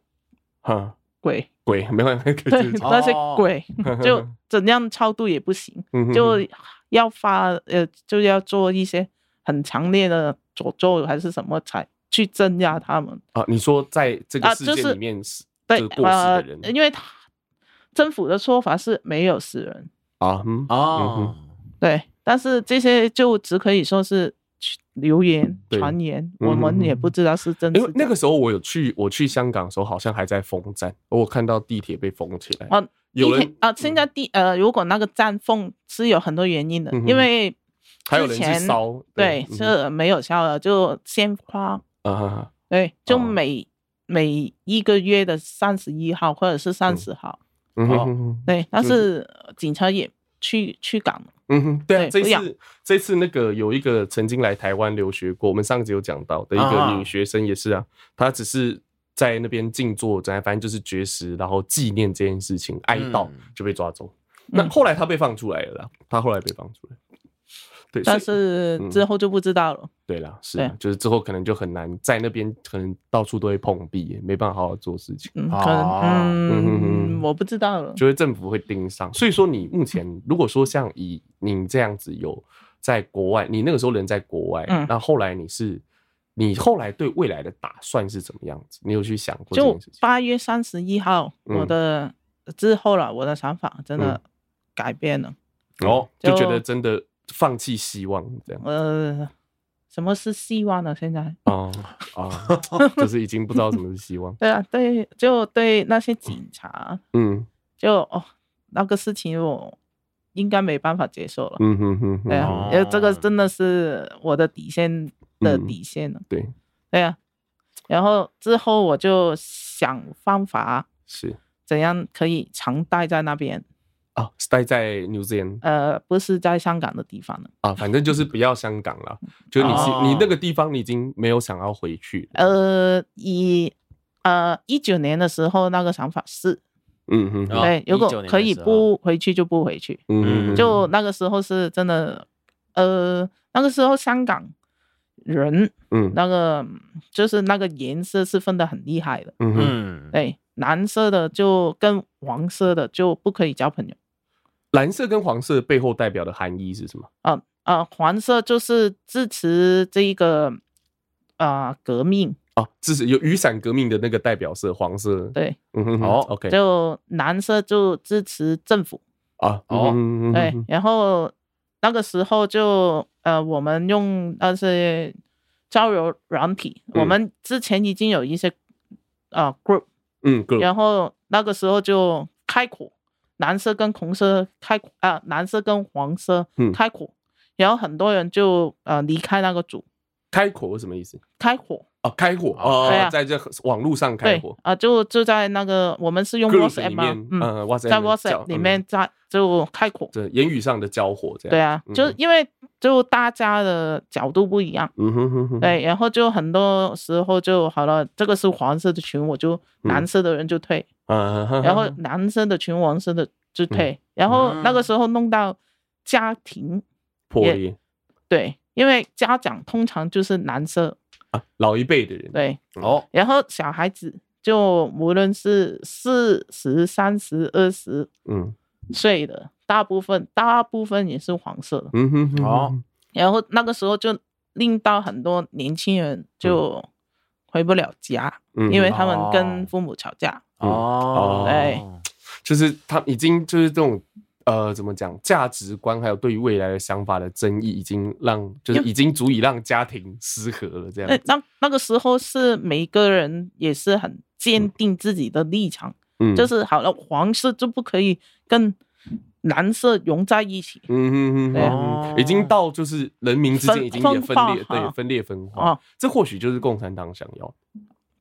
A: 哈，
C: 鬼，
A: 鬼，没关系，可
C: 对
A: 以继续，讲
C: 那些
B: 哦
C: 鬼 (laughs) 就怎样超度也不行，
A: 嗯哼
C: 就
A: 哼
C: 要发呃就要做一些很强烈的诅咒还是什么才去镇压他们，
A: 啊，你说在这个
C: 啊
A: 事
C: 就
A: 件
C: 是
A: 里面死
C: 对
A: 就是，过世
C: 呃
A: 的，人
C: 因为他政府的说法是没有死人，
A: 啊，嗯
B: 哦，
C: 对，但是这些就只可以说是。流言
A: 对
C: 传言，
A: 嗯
C: 我们也
A: 哼
C: 不知道是真是
A: 因为
C: 假。
A: 那个时候我有去，我去香港的时候好像还在封站，我有看到地铁被封起来，
C: 哦
A: 有
C: 地铁
A: 人嗯
C: 啊、现在地呃，如果那个站缝是有很多原因的，
A: 嗯哼
C: 因为
A: 还有
C: 之
A: 人去
C: 前
A: 烧，
C: 对
A: 嗯
C: 是没有效的，就鲜花，
A: 啊哈哈，
C: 对，就
A: 哦
C: 每、每一个月的三十一号或者是三十号，
A: 嗯哼
B: 哦
A: 哼哼
C: 对，但
A: 就是
C: 警察也去去赶了，
A: 嗯哼，对啊，
C: 对
A: 这
C: 不一样
A: 次这次那个有一个曾经来台湾留学过，我们上集有讲到的一个
B: 啊
A: 女学生也是啊，她只是在那边静坐，反正就是绝食，然后纪念这件事情，哀悼
B: 嗯
A: 就被抓走。
C: 嗯
A: 那后来她被放出来了啦，她后来被放出来，对，
C: 但
A: 所以
C: 是
A: 嗯
C: 之后就不知道了。
A: 对啦，是
C: 对
A: 啊就是之后可能就很难在那边，可能到处都会碰壁，没办法好好做事情，
C: 嗯，可能
B: 哦
A: 嗯哼
C: 嗯
A: 哼，
C: 我不知道了。
A: 就是政府会盯上。所以说，你目前如果说像以你这样子有在国外，你那个时候人在国外，
C: 嗯
A: 那后来你是你后来对未来的打算是怎么样子？你有去想过这
C: 就
A: 件事情？
C: 八月三十一号，我
A: 嗯
C: 的之后了，我的想法真的改变了。
A: 哦，就
C: 就
A: 觉得真的放弃希望这样。
C: 呃，什么是希望呢？现在
A: 哦哦，就是已经不知道什么是希望。
C: 对啊，对，就对那些警察，
A: 嗯
C: 就哦，那个事情我应该没办法接受了。
A: 嗯哼哼哼，
C: 对啊，因为这个真的是我的底线的
A: 嗯
C: 底线了。
A: 对，
C: 对啊，然后之后我就想方法，
A: 是
C: 怎样可以常待在那边，
A: 啊，待在 New Zealand
C: 呃，不是在香港的地方了。
A: 啊，反正就是不要香港了。就是你是
B: 哦
A: 你那个地方，你已经没有想要回去。
C: 呃，以呃一九年的时候那个想法是，
A: 嗯哼
B: 哦
A: 哼，
C: 对，如果
B: 19年的
C: 可以
B: 时候
C: 不回去就不回去。
A: 嗯哼哼，
C: 就那个时候是真的，呃，那个时候香港人
A: 嗯
C: 那个就是那个颜色是分得很厉害的，
A: 嗯哼，
B: 嗯，
C: 对，蓝色的就跟黄色的就不可以交朋友。
A: 蓝色跟黄色背后代表的含义是什么？
C: 啊啊，黄色就是支持这一个啊、革命，
A: 哦，这是有雨伞革命的那个代表色，黄色。
C: 对，
A: 嗯哼哼
B: 哦
A: ，OK，
C: 就蓝色就支持政府，
A: 啊，
B: 哦
A: 嗯哼哼
C: 对，
A: 哼
C: 然后那个时候就呃，我们用那些交友软体，我
A: 嗯
C: 们之前已经有一些啊、group，
A: 嗯，good，
C: 然后那个时候就开火，蓝色跟红色开火啊、蓝色跟黄色
A: 嗯
C: 开火，然后很多人就呃离开那个组
A: 开火是什么意思？
C: 开火。
A: 哦，开火
C: 对
A: 哦
C: 啊，
A: 在这网络上
C: 对
A: 开火
C: 啊、。就就在那个我们是用
A: Group 里
C: WhatsApp 嘛
A: 面，，
C: 嗯，
A: 呃，WhatsApp
C: 在
A: 里面叫
C: WhatsApp 里面
A: 嗯
C: 在就开火，
A: 这言语上的交火这样。
C: 对啊，就
A: 嗯
C: 因为就大家的角度不一样，
A: 嗯哼哼哼，
C: 对，然后就很多时候就好了，这个是黄色的群，我就蓝色的人就退，
A: 嗯哼哼，嗯
C: 然后蓝色的群，黄色的就退，然后那个时候弄到家庭，
A: 破裂
C: 对，因为家长通常就是蓝色，
A: 啊，老一辈的人，
C: 对，
B: 哦，
C: 然后小孩子就无论是四十、三十、二十，
A: 嗯
C: 睡的，大部分大部分也是黄色的。
A: 嗯哼哼，
B: 哦
C: 然后那个时候就令到很多年轻人就回不了家，
A: 嗯，
C: 因为
A: 嗯
C: 他们跟
B: 哦
C: 父母吵架。
A: 嗯
B: 哦，
C: 对
A: 就是他已经就是这种。呃，怎么讲？价值观还有对于未来的想法的争议，已经让就是
C: 因为
A: 已经足以让家庭失和了。这样
C: 那、
A: 子，
C: 那那个时候是每个人也是很坚定自己的立场，
A: 嗯
C: 就是好了，黄色就不可以跟蓝色融在一起。
A: 嗯哼哼
C: 对啊
A: 哼哼，已经到就是人民之间
C: 分
A: 已经也分裂，
C: 分化
A: 对
C: 哈
A: 分裂分化
C: 哦，
A: 这或许就是共产党想要的，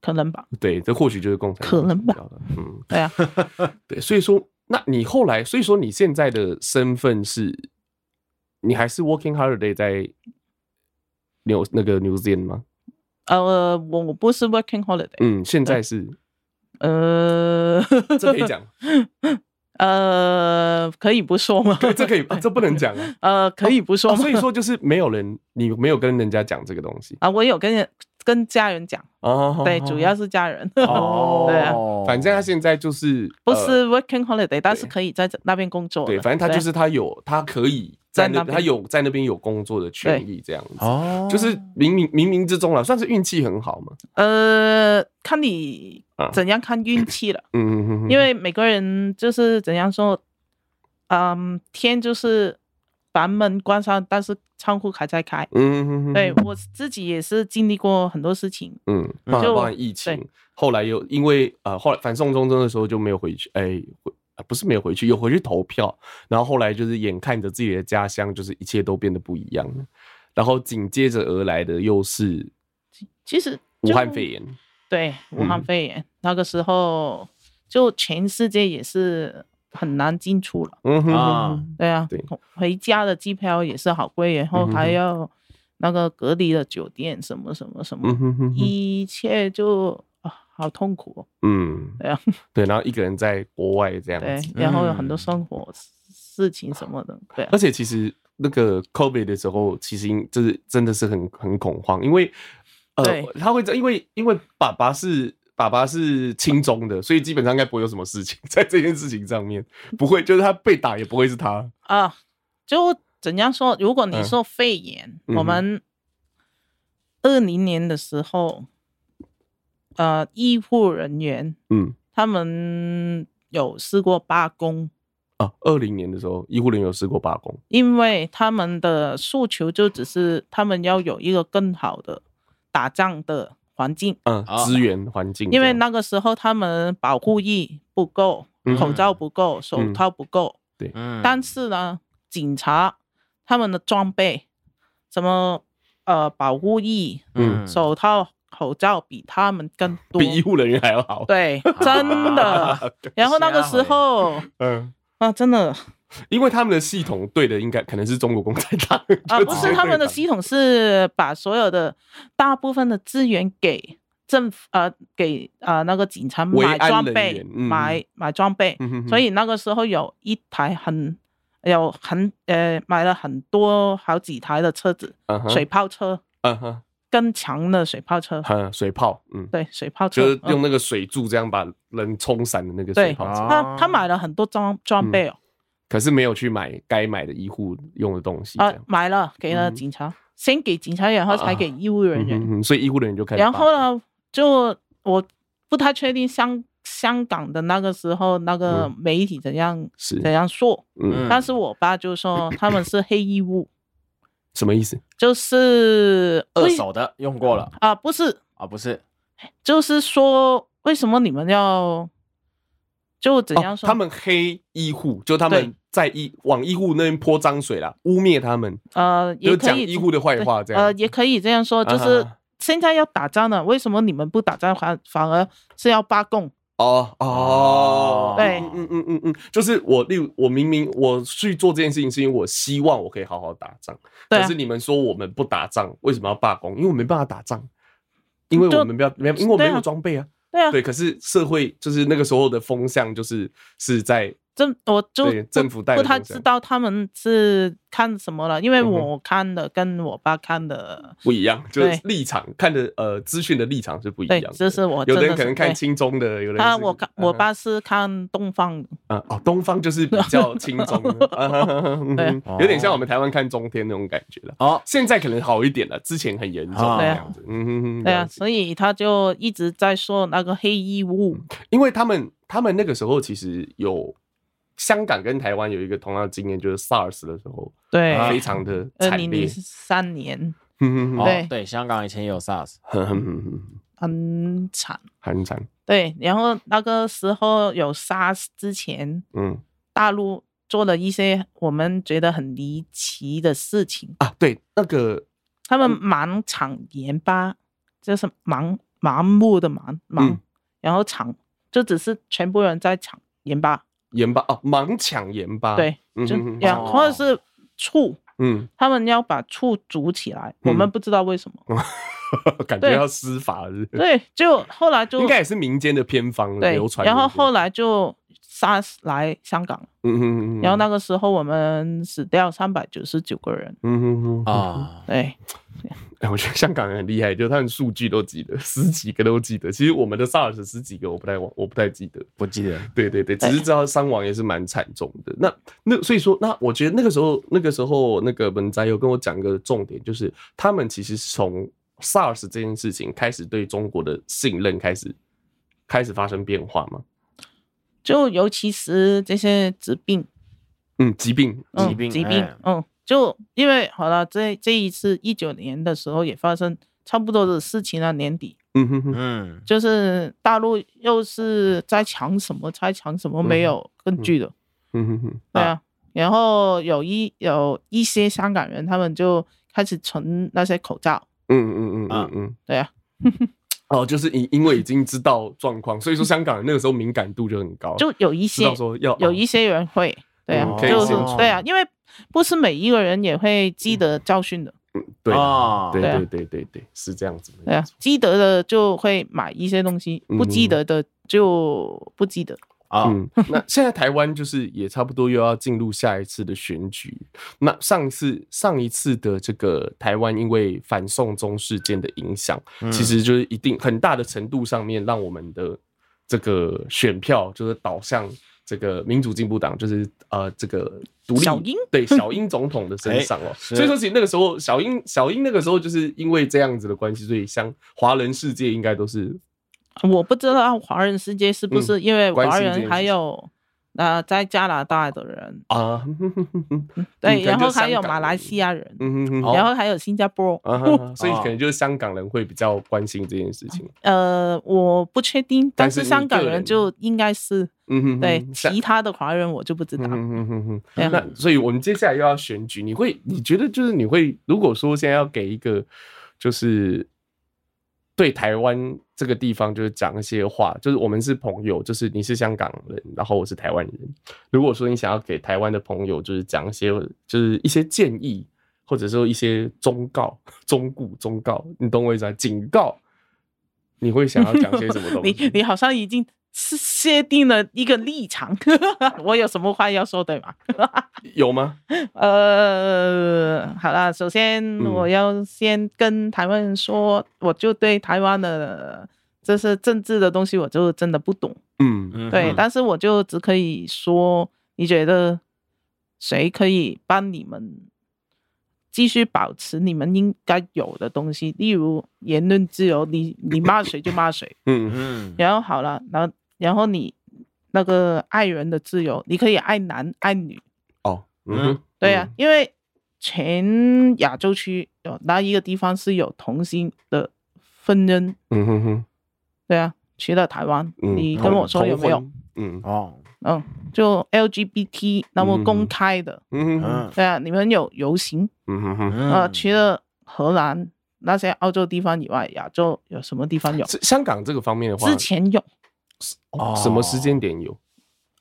C: 可能吧，
A: 对，这或许就是共产党
C: 可能吧
A: 想要的，嗯，
C: 对啊，
A: (laughs) 对，所以说，那你后来，所以说你现在的身份是，你还是 Working Holiday 在纽那个 New Zealand 吗？
C: 呃，我我不是 working holiday，、
A: 嗯，现在是，
C: 呃，
A: 嗯 (laughs) 这可以，讲，
C: 呃，可以不说吗？
A: 对，这可以，啊这不能讲啊。
C: (laughs) 呃，可以不说
A: 哦
C: 吗？
A: 所以说就是没有人，你没有跟人家讲这个东西
C: 啊，我有跟人跟家人讲，
A: 哦
C: 对，主要是家人， (laughs)
A: 哦，
C: 对啊
A: 反正他现在就是
C: 不
A: 呃
C: 是 working holiday，但是
A: 对
C: 可以在这那边工作的。
A: 对，反正他就是他有，他可以在
C: 在
A: 那，
C: 那边
A: 他有在那边有工作的权
C: 对
A: 益，这样子，
B: 哦，
A: 就是冥冥冥冥之中了，算是运气很好嘛。
C: 呃，看你
A: 啊
C: 怎样看运气了，
A: 嗯嗯嗯，
C: (laughs) 因为每个人就是怎样说，嗯，天就是把门关上，但是窗户还在开。
A: 嗯嗯嗯，
C: 对我自己也是经历过很多事情，
A: 嗯，包含
C: 就
A: 包含疫情
C: 对，
A: 后来又因为呃，后来反送中中的时候就没有回去，哎、回呃不是没有回去，有回去投票，然后后来就是眼看着自己的家乡，就是一切都变得不一样了，然后紧接着而来的又是
C: 其实
A: 武
C: 就
A: 汉肺炎，
C: 对，武汉
A: 嗯
C: 肺炎、那个时候，就全世界也是很难进出了。
A: 嗯哼
B: 啊
A: 哼
C: 对啊，
A: 对
C: 回家的机票也是好贵，然后
A: 嗯哼
C: 还
A: 哼
C: 要那个隔离的酒店什么什么什么，
A: 嗯哼哼哼，
C: 一切就啊好痛苦哦。
A: 嗯，
C: 对啊，
A: 对，然后一个人在国外这样
C: 对
A: 子，，
C: 然后有很多
B: 嗯
C: 生活事情什么的，对啊
A: 而，且其实那个 COVID 的时候，其实就是真的是很很恐慌，因为呃
C: 对，
A: 他会在因为因为爸爸是爸爸是亲中的，所以基本上应该不会有什么事情 (laughs) 在这件事情上面，不会就是他被打也不会是他，
C: 啊，就怎样说？如果你
A: 嗯
C: 说肺炎，
A: 嗯
C: 我
A: 哼
C: 们二零年的时候，呃，医护人员
A: 嗯
C: 他们有试过罢工，
A: 啊，二零年的时候医护人员有试过罢工，
C: 因为他们的诉求就只是他们要有一个更好的打仗的环境，
A: 嗯
B: 啊，
A: 资源环境这
C: 因
A: 样，
C: 为那个时候他们保护衣不够，口
A: 嗯
C: 罩不够，手
A: 嗯
C: 套不够。
B: 嗯，
C: 但是呢，警察他们的装备，什么呃保护衣、
A: 嗯
C: 手套、口罩比他们更多
A: 比。医护人员还要好，啊
C: 对，啊真
A: (laughs)
C: 的。然后那个时候
A: 嗯。
C: 啊，真的
A: 因为他们的系统对的应该可能是中国共产党
C: 啊，
A: (laughs) 就
C: 不
A: 直
C: 是
A: 接
C: 他们的
A: 对
C: 系统是把所有的大部分的资源给政府呃给呃那个警察
A: 维
C: 买
A: 安
C: 装
A: 人
C: 备
A: 员，嗯
C: 买买装备。
A: 嗯哼哼
C: 所以那个时候有一台很有很呃买了很多好几台的车子，
A: 党嗯哼
C: 水炮车，
A: 嗯哼
C: 更强的水炮车，
A: 嗯水炮，嗯，
C: 对，水炮车，
A: 就是用
C: 嗯
A: 那个水柱这样把人冲散的那个水
C: 对
A: 炮
B: 啊
A: 车，
C: 他他买了很多装
A: 嗯
C: 装备哦，
A: 可是没有去买该买的医护用的东西，这
C: 啊
A: 样，
C: 买了给了
A: 嗯
C: 警察，先给警察，然后才给医务
A: 嗯
C: 人员，
A: 哼哼，所以医护人员就开始罢
C: 然
A: 工，
C: 后呢，就我不太确定香香港的那个时候那个
A: 嗯
C: 媒体怎样
A: 是
C: 怎样说，
A: 嗯，
B: 嗯
C: 但是我爸就
A: (coughs)
C: 说他们是黑衣物，
A: 什么意思？
C: 就是
B: 二
C: 为
B: 手的用过了
C: 啊，不是，
B: 啊，不是
C: 就是说为什么你们要就怎样
A: 哦
C: 说、
A: 他们黑医护，就他们
C: 对
A: 在医往医护那边泼脏水啦，污蔑他们，
C: 呃，也
A: 就
C: 可
A: 讲
C: 以
A: 医护的坏
C: 对
A: 话，这样，
C: 呃，也可以这样说，就
A: 啊
C: 是
A: 哈哈
C: 现在要打仗了，为什么你们不打仗，反反而是要罢工？
A: 哦哦，
C: 对
A: 嗯嗯嗯嗯嗯，就是我，例如我明明我去做这件事情，是因为我希望我可以好好打仗，
C: 对啊
A: 可是你们说我们不打仗，为什么要罢工？因为我没办法打仗，因为我们不要没有，因为我没
C: 对
A: 有
C: 啊
A: 装备啊。
C: 对啊，
A: 对，可是社会就是那个时候的风向，就是是在
C: 政我就
A: 对
C: 不
A: 政府带的
C: 不太
A: 东西啊
C: 知道他们是看什么了，因为
A: 嗯哼
C: 我看的跟我爸看的，
A: 不一样，就是
C: 对
A: 立场看的呃资讯的立场是不一
C: 对
A: 样的。，
C: 这是我
A: 有
C: 真
A: 的人
C: 的
A: 可能
C: 是
A: 看
C: 对
A: 轻中的，有的人
C: 他
A: 是
C: 我看
A: 嗯
C: 我
A: 哼
C: 爸是看东方的，
A: 啊哦，东方就是比较轻松
C: (laughs)
A: 的，啊哈哈哈嗯
B: 对
A: 有点像我们台湾看中天那种感觉了。
B: 哦，
A: 现在可能好一点了，之前很严重
B: 啊
A: 这样子。嗯哼哼，
C: 对
A: 了
C: 啊，
A: 解嗯
C: 所以他就一直在说那个黑衣物，
A: 因为他们他们那个时候其实有香港跟台湾有一个同样的经验，就是 SARS 的时候
C: 对，
B: 啊
A: 非常的
C: 二
A: 惨
C: 零
A: 烈
C: 零。三年
A: 嗯哼哼
B: 哦
C: 对
B: 对，香港以前也有 SARS，
A: 哼哼哼哼，
C: 很惨，
A: 很惨。
C: 对，然后那个时候有 SARS 之前，
A: 嗯
C: 大陆做了一些我们觉得很离奇的事情，
A: 啊，对，那个
C: 他
A: 嗯
C: 们盲场研发，就是盲盲目的盲盲，
A: 嗯
C: 然后场就只是全部人在场研发，
A: 盐巴哦，盲抢盐巴。
C: 对，
A: 嗯
C: 就
A: 哼哼
C: 然
B: 哦
C: 后或者是醋，
A: 嗯，
C: 他们要把醋煮起来，
A: 嗯
C: 我们不知道为什么，
A: 感觉
C: 对
A: 要施法日。
C: 对，就后来就
A: 应该也是民间的偏方
C: 对
A: 流，传的。
C: 然后后来就 SARS 来香港了，
A: 嗯哼哼哼，
C: 然后那个时候我们死掉三百九十九个人，
A: 嗯哼哼哼
B: 啊，
C: 对。
A: 哎，我觉得香港人很厉害，就他们数据都记得，十几个都记得。其实我们的 SARS 十几个我不太忘，我不太记得。
B: 不记得
A: 对对对，只是知道伤亡也是蛮惨重的。那那所以说，那我觉得那个时候，那个时候那个文摘有跟我讲一个重点，就是他们其实是从 SARS 这件事情开始对中国的信任开始开始发生变化嘛。
C: 就尤其是这些疾病，
A: 嗯，疾病，
C: 嗯
B: 疾病
C: 疾病
B: 哎，
C: 嗯，就因为好了，这这一次一九年的时候也发生差不多的事情了，年底
A: 嗯哼哼，
B: 嗯，
C: 就是大陆又是在抢什么，在抢什么，没有根据的，
A: 嗯哼哼，
C: 对
B: 嗯啊
C: 啊。然后有一有一些香港人，他们就开始存那些口罩，
A: 嗯嗯嗯嗯
B: 啊
A: 嗯。
C: 对啊，
A: 哦，就是因因为已经知道状况，所以说香港人那个时候敏感度就很
B: 哦
A: 高，
C: 就有一
A: 知
C: 些
A: 道说要
C: 有
A: 哦
C: 一些人会，对啊
A: 嗯，
B: 可以
C: 就是
B: 先存嗯
C: 对啊，因为不是每一个人也会记得教训的。
A: 对
B: 啊
A: 对
C: 对啊
A: 对对对对，是这样子的。
C: 对啊，记得的就会买一些东西，不记
A: 嗯
C: 得的就不记得。
B: 啊、
A: 嗯，那现在台湾就是也差不多又要进入下一次的选举。那上次上一次的这个台湾因为反送中事件的影响，
B: 嗯
A: 其实就是一定很大的程度上面让我们的这个选票就是导向这个民主进步党，就是呃这个独立
C: 小英
A: 对小英总统的身上哦。
B: 是
A: 所以说，其实那个时候小英小英那个时候就是因为这样子的关系，所以像华人世界应该都是
C: 我不知道华人世界是不是因为
A: 关
C: 华
A: 心这件
C: 人还
A: 事
C: 有呃在加拿大的人，
A: 啊， (laughs)
C: 对，然后还有马来
A: 亚。
C: 西亚人，
A: 嗯哼哼，
C: 然后还有新加坡。
A: 啊哈哈，所以可能就是香港人会比较关心这件事情。
C: 呃，我不确定，但
A: 但是
C: 是
A: 你
C: 香港
A: 个人
C: 人就应该是
A: 嗯哼哼，
C: 对
A: 像
C: 其他的华人我就不知道
A: 嗯。哼哼哼
C: 对
A: 哼，
C: 啊
A: 那所以我们接下来又要选举，你会你觉得就是你会，如果说现在要给一个就是对台湾这个地方就是讲一些话，就是我们是朋友，就是你是香港人，然后我是台湾人。如果说你想要给台湾的朋友就是讲一些就是一些建议，或者说一些忠告、 (laughs) 忠告、忠告，你懂我意思啊？警告，你会想要讲些什么东
C: (laughs) 你
A: 西？
C: 你好像已经是设定了一个立场，我有什么话要说对吗？
A: 有吗？
C: 呃，好啦，首先
A: 嗯
C: 我要先跟台湾人说，我就对台湾的这是政治的东西，我就真的不懂。
A: 嗯
B: 嗯
C: 对，
B: 哼
C: 但是我就只可以说，你觉得谁可以帮你们继续保持你们应该有的东西？例如言论自由，你你骂谁就骂谁，
A: 嗯
B: 嗯
C: 然后好了，然后然后你那个爱人的自由，你可以爱男爱女，
A: 哦嗯
B: 嗯
A: 哼
C: 对啊呀、因为全亚洲区有哪一个地方是有同性的婚姻？
A: 嗯哼哼，
C: 对啊，除了台湾，
A: 嗯
C: 你跟我说有没？有
A: 同？同婚嗯
B: 哦
C: 嗯，就 LGBT 那么
A: 嗯
C: 公开的，
A: 嗯哼
B: 嗯
C: 对啊，你们有游行
A: 嗯哼哼，
B: 嗯
C: 啊、呃除了荷兰那些澳洲地方以外，亚洲有什么地方有？
A: 是香港这个方面的话
C: 之，前有，
A: 哦什么时间点有？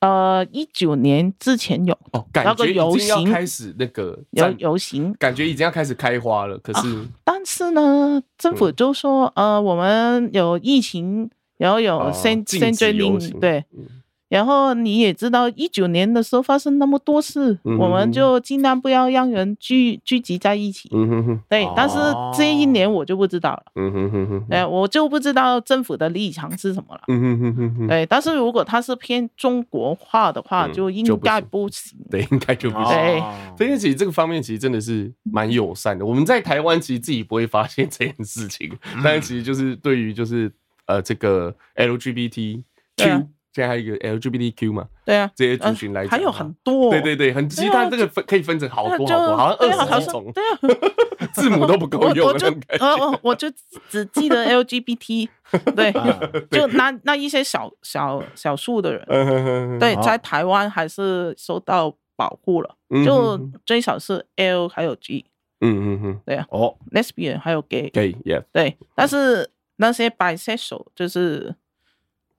C: 呃，一九年之前有
A: 哦，感觉已
C: 游
A: 经要
C: 行
A: 开始那个
C: 有啊
A: 战
C: 游行，
A: 感觉已经要开始开花了，可是
C: 但是呢，政
A: 嗯
C: 府就说，呃，我们有疫情，然后有
A: 哦
C: 限
A: 禁
C: 限
A: 止
C: 聚
A: 游
C: 令
A: 行，
C: 对。
A: 嗯
C: 然后你也知道，一九年的时候发生那么多事，
A: 嗯
C: 我们就尽量不要让人聚聚集在一起。
A: 嗯哼哼，
C: 对，但是这一
B: 哦
C: 年我就不知道了，
A: 嗯哼哼哼，
C: 哎、我就不知道政府的立场是什么了。
A: 嗯哼哼哼哼，
C: 对，但是如果它是偏中国化的话，
A: 嗯就
C: 就应
A: 不
C: 该
A: 行
C: 不行。
A: 对，应该就不
B: 哦
A: 是。
C: 对
A: 所以其实这个方面其实真的是蛮友善的。我们在台湾其实自己不会发现这件事情，但其实就是对于就是呃这个 LGBTQ，
C: 对啊
A: 现在还有一个 LGBTQ 嘛，
C: 对啊，
A: 这些族
C: 呃
A: 群来讲
C: 还有
A: 的话
C: 很多，
A: 对对对，很其实
C: 对啊
A: 它这个分可以分成好
C: 那
A: 多
C: 就
A: 好多，好像
C: 对啊
A: 二
C: 好
A: 十几
C: 像
A: 种，
C: 对啊，
A: (laughs) 字母都不够
C: 我
A: 用
C: 我
A: 的
C: 就
A: 那种感觉。
C: 呃我我就只
A: (laughs)
C: 记得 LGBT，对，
B: 嗯
C: (laughs) 就那那一些小小小数的人，
A: 啊嗯哼哼哼
C: 对，
B: 好
C: 在台湾还是受到保护了，
A: 嗯
C: 就
A: 哼
C: 最少是 L 还有 G
A: 嗯嗯嗯，
B: 哦
C: lesbian 还有 gay，
A: 可以，yeah，
C: 对，
A: 嗯
C: 但是那些 bisexual 就是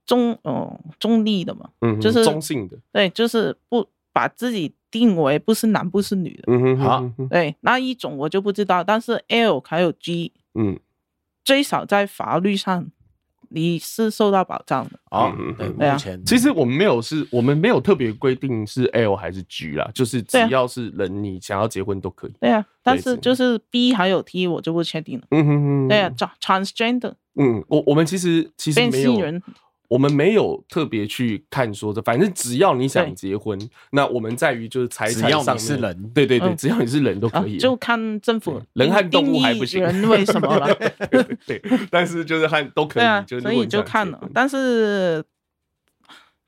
C: 中哦、中立的嘛，
A: 嗯哼，
C: 就是
A: 中性的，
C: 对，就是不把自己定为不是男不是女的，
A: 嗯哼，
B: 好
A: 嗯哼，
C: 对，那一种我就不知道，但是 L 还有 G
A: 嗯
C: 最少在法律上你是受到保障的。
B: 哦
A: 嗯嗯，
B: 对，
C: 对啊
B: 目前
A: 其实我们没有是，我们没有特别规定是 L 还是 G 啦，就是只
C: 对啊
A: 要是人，你想要结婚都可以。
C: 对啊，但
A: 对
C: 是
A: 这
C: 就是 B 还有 T 我就不确定了。
A: 嗯哼哼，
C: 对啊，，trans transgender
A: 嗯，我我们其实其实
C: 变
A: 没有
C: 性人，
A: 我们没有特别去看说这，反正只要你想
C: 对
A: 结婚，那我们在于就是财
B: 只
A: 产
B: 要
A: 上
B: 你是
A: 面，
B: 人
A: 对对对，
C: 嗯
A: 只要你是人都
C: 啊
A: 可以，，
C: 就看政府
A: 人
C: 定
A: 和动物
C: 定
A: 还
C: 义
A: 不行
C: 人为什么了？
A: (laughs) 对，但是就是和都可
C: 对啊
A: 以，，是
C: 所
A: 如果
C: 以
A: 你想
C: 就
A: 结
C: 看了
A: 婚。
C: 但是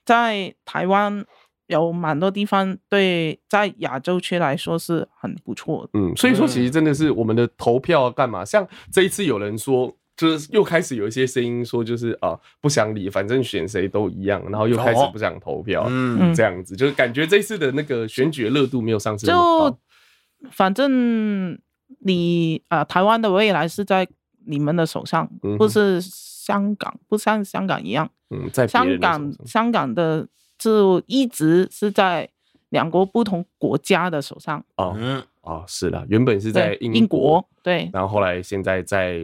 C: 在台湾有蛮多地方对在亚洲区来说是很不错的。
A: 嗯，所以说其实真的是我们的投票啊干嘛？像这一次有人说，就是又开始有一些声音说，就是啊不想理，反正选谁都一样，然后又开始
B: 哦
A: 不想投票，
B: 嗯
A: 这样子就是感觉这次的那个选举的热度没有上次那么
C: 就
A: 高。
C: 反正你啊、呃台湾的未来是在你们的手上，
A: 嗯哼
C: 不是香港，不像香港一样，
A: 嗯，在别
C: 香
A: 人的手
C: 港
A: 上
C: 香港的就一直是在两国不同国家的手上，
A: 哦
B: 嗯
A: 哦是啦，原本是在
C: 对，英
A: 国，
C: 对
A: 然后后来现在在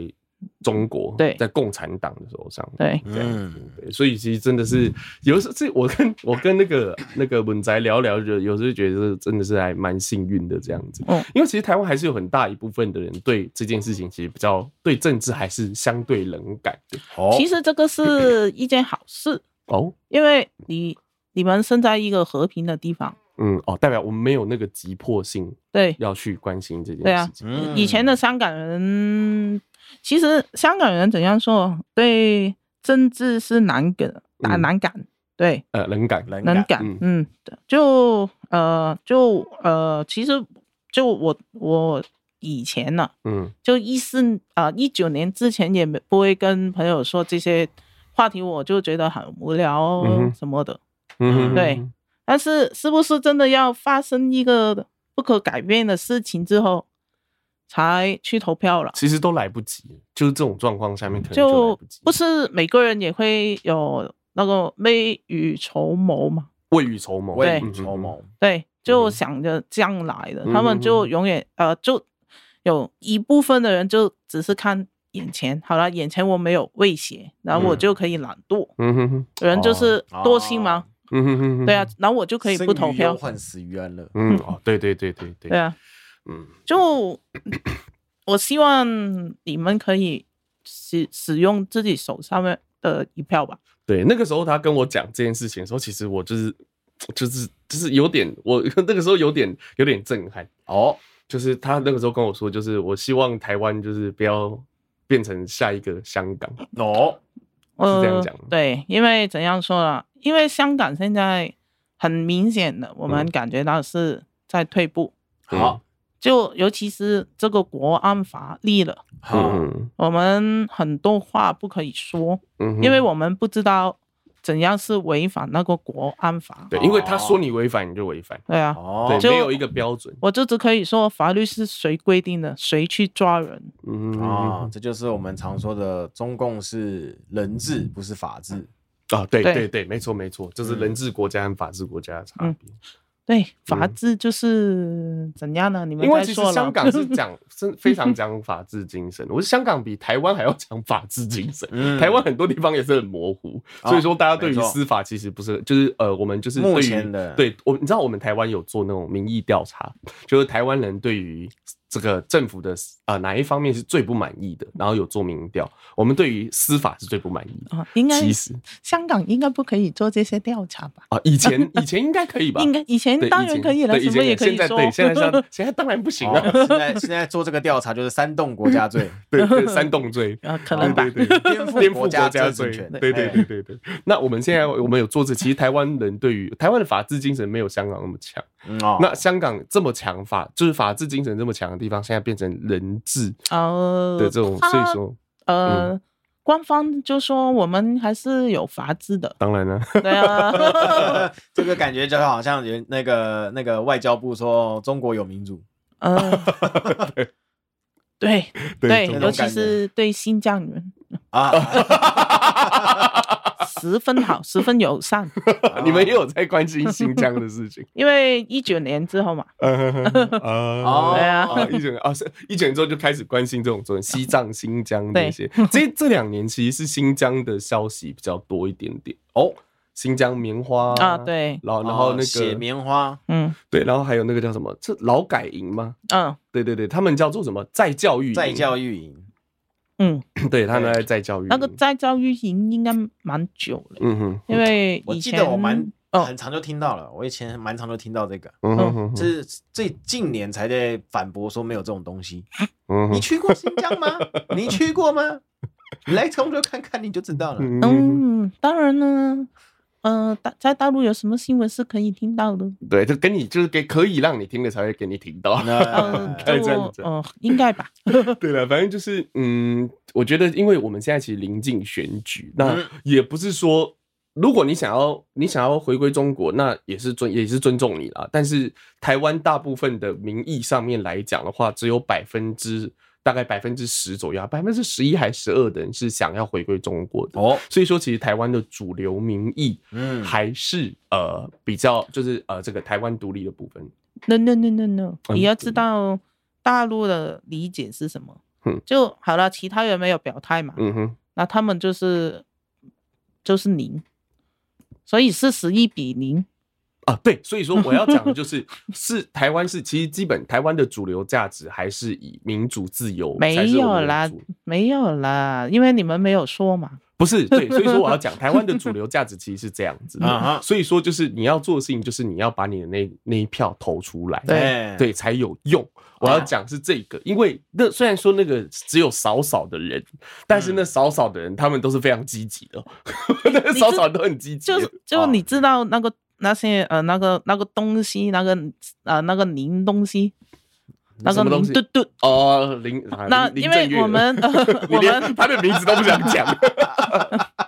A: 中国，
C: 对
A: 在共产党的手上。
C: 对，
B: 嗯，
A: 对所以其实真的是，有时候这我跟我跟那个那个文宅聊聊，就有时候觉得真的是还蛮幸运的这样子。
C: 嗯
A: 因为其实台湾还是有很大一部分的人对这件事情其实比较对政治还是相对冷感的。
B: 哦，
C: 其实这个是一件好事，
A: 哦，
C: 因为你你们身在一个和平的地方，
A: 嗯，哦，代表我们没有那个急迫性
C: 对，
A: 要去关心这
C: 对
A: 件
C: 啊
A: 事情。
B: 嗯
C: 以前的香港人，其实香港人怎样说，对政治是难感，打
A: 嗯
C: 难感，对，
A: 呃，冷感，
B: 能
C: 能
B: 感
C: 感
A: 嗯，
C: 嗯，就呃，就呃，其实就我我以前呢、
A: 嗯
C: 就一四啊一九年之前也没不会跟朋友说这些话题，我就觉得很无聊哦
A: 嗯哼
C: 什么的。
A: 嗯，
C: 对但是是不是真的要发生一个不可改变的事情之后，才去投票了？
A: 其实都来不及，就是这种状况下面可能就来
C: 就
A: 不及，
C: 不是每个人也会有那个未雨绸缪嘛？
A: 未雨绸缪，
B: 未
A: 嗯
B: 雨绸，缪，
C: 对，就
A: 嗯
C: 想着将来的，
A: 嗯
C: 他们
A: 嗯
C: 就永远呃，就有一部分的人就只是看眼前，好了，眼前我没有威胁，然后我
A: 嗯
C: 就可以懒惰，
A: 嗯哼哼，
C: 人就是多心嘛，
A: 嗯哼哼哼，
C: 对啊，然后我就可以
B: 生
C: 不
B: 于
C: 投票
B: 忧，患，死于安乐。
A: 嗯，哦，对对对对对，
C: 对啊，
A: 嗯，
C: 就我希望你们可以使使用自己手上面的一票吧，
A: 对，那个时候他跟我讲这件事情的时候，其实我就是就是就是有点，我 (laughs) 那个时候有点有点震撼，
B: 哦，
A: 就是他那个时候跟我说，就是我希望台湾就是不要变成下一个香港，
B: 哦，
A: 是
C: 呃，
A: 这样讲吗
C: 对，因为怎样说呢？因为香港现在很明显的，我们
A: 嗯
C: 感觉到是在退步。
B: 好，
C: 就尤其是这个国安法立了，
B: 好，
A: 嗯
C: 我们很多话不可以说，
A: 嗯，
C: 因为我们不知道怎样是违反那个国安法。
A: 对，因为他说你违反你就违反，
C: 对啊，
B: 哦，
A: 对，
C: 就
A: 没有一个标准，
C: 我就只可以说法律是谁规定的，谁去抓人。
A: 嗯哼
B: 啊
A: 哼，
B: 这就是我们常说的中共是人治，不是法治。
A: 啊，对
C: 对嗯
A: 对对，没错没错，这是人治国家和法治国家的差别。
C: 对，法治就是怎样呢？你们
A: 嗯因为
C: 在
A: 其实
C: 说了，
A: 香港
C: (laughs)
A: 是讲是非常讲法治精神，我觉得香港比台湾还要讲法治精神。
B: 嗯
A: 台湾很多地方也是很模糊，
B: 哦
A: 所以说大家对于
B: 没错
A: 司法其实不是，就是呃，我们就是
B: 目
A: 对于
B: 前的
A: 对我，你知道我们台湾有做那种民意调查，就是台湾人对于这个政府的呃哪一方面是最不满意的，然后有做民调，我们对于司法是最不满意的。
C: 啊，应该
A: 其实
C: 香港应该不可以做这些调查吧？
A: 啊，以
C: (laughs)
A: 前以前应该可以吧？
C: 应该以前
A: 对
C: 哎当
A: 以
C: 然
A: 前
C: 可以了，
A: 对以
C: 什么
A: 前
C: 也可以
A: 现在
C: 说。，
A: 对，现在是 (laughs) 现在当然不行
B: 哦
A: 了。
B: 现在现在做这个调查就是煽动国家罪，
A: 对对，煽动罪
C: (laughs) 啊 (laughs) 可能吧
A: 对对对
B: 颠覆
A: 颠覆
B: 国
A: 国
B: 家
A: 家
B: 政
A: 罪，
B: 权哎
A: 对对对
B: 对
A: 对对。那我们现在我们有做这，其实台湾人对于台湾的法治精神没有香港那么强。
B: 嗯哦，
A: 那香港这么强法，就是法治精神这么强的地方，现在变成人治
C: 呃，
A: 的这种，
C: 他
A: 所以说，
B: 嗯
C: 呃，官方就说我们还是有法治的
B: (laughs)
A: 当然了，
C: 对啊，
B: 这个感觉就好像有那个那个外交部说中国有民主，
C: 呃，对
A: 对
C: 对，
A: 这
B: 种
C: 尤
B: 感
C: 其
B: 觉
C: 是对新疆人
B: 啊，
C: 十分
B: (laughs)
C: 好，十分友善，。
A: (laughs) 你们也有在关心新疆的事情
C: (laughs) 因为一九年之后嘛，
A: 哦
B: 哦
C: 对啊，
A: 啊，一九年啊，是一九年之后就开始关心这种种西藏、新疆
C: 对
A: 那些。这这两年其实是新疆的消息比较多一点点哦，新疆棉花
C: 啊，，对，
A: 然后然后
B: 哦
A: 那
B: 写
A: 个
B: 棉花，
C: 嗯
A: 对，然后还有那个叫什么，这劳改营吗？
C: 嗯
A: 对对对，他们叫做什么再教育营？
B: 再教育营，
C: 嗯，
A: 对，他们在再教育营
C: 那个在教育营应该蛮久了，
A: 嗯哼，
C: 因为
B: 我
C: 以
B: 记
C: 前
B: 得我蛮
C: 哦
B: 很常就听到了，我以前蛮常就听到这个，
A: 嗯哼哼
B: 是最近年才在反驳说没有这种东西。
A: 嗯
B: 你
A: 哼
B: 去过新疆吗？你去过吗？你来冲就看看你就知道了。
A: 嗯哼，
C: 嗯，当然呢，呃，大在大陆有什么新闻是可以听到
B: (laughs)
C: 的？
A: 对，就跟你就是给可以让你听的才会给你听到。
C: 嗯
B: 那，
A: 可以这样
C: 就
A: 子
C: 呃，应该吧。
A: 对了，反正就是，嗯，我觉得，因为我们现在其实临近选举，那
B: 嗯
A: 也不是说，如果你想要你想要回归中国，那也是尊也是尊重你啦。但是台湾大部分的民意上面来讲的话，只有百分之大概百分之十左右啊，百分之十一还十二的人是想要回归中国的。
B: 哦，
A: 所以说，其实台湾的主流民意
B: 嗯，
A: 还是呃比较就是呃这个台湾独立的部分。
C: No no no no no，
A: 嗯
C: 你要知道大陆的理解是什么？
A: 嗯
C: 就好了。其他人没有表态嘛，
A: 嗯哼，
C: 那他们就是就是零，所以是十一比零。
A: 啊，对，所以说我要讲
C: (laughs)
A: 的就是，是台湾是其实基本台湾的主流价值还是以民主自由
C: 没
A: 才是我
C: 有
A: 们为
C: 啦
A: 主，
C: 没有啦，因为你们没有说嘛。
A: 不是对，所以说我要
C: (laughs)
A: 讲台湾的主流价值其实是这样
C: 嗯
A: 子的，
B: 啊哈，
A: 所以说就是你要做的事情就是你要把你的那那一票投出来，
C: 对啊
B: 哎，
A: 对才有用。我要讲是这个，因为那虽然说那个只有少少的人，但是那
C: 嗯
A: 少少的人他们都是非常积极的， (laughs) 那少少人都很积极
C: 就
A: 的，
C: 是就
B: 哦
C: 你知道那个那些呃那个那个东西，那个呃那个零东西，那
A: 什
C: 个
A: 么东
C: 零
A: 西
C: 嘟嘟。
A: 哦，林啊
C: 那
A: 林
C: 因
A: 林郑月
C: 为
A: 娥 (laughs)
C: 我们呃
A: 你
C: 我
A: 连
C: 们
A: 他的名字都不想讲，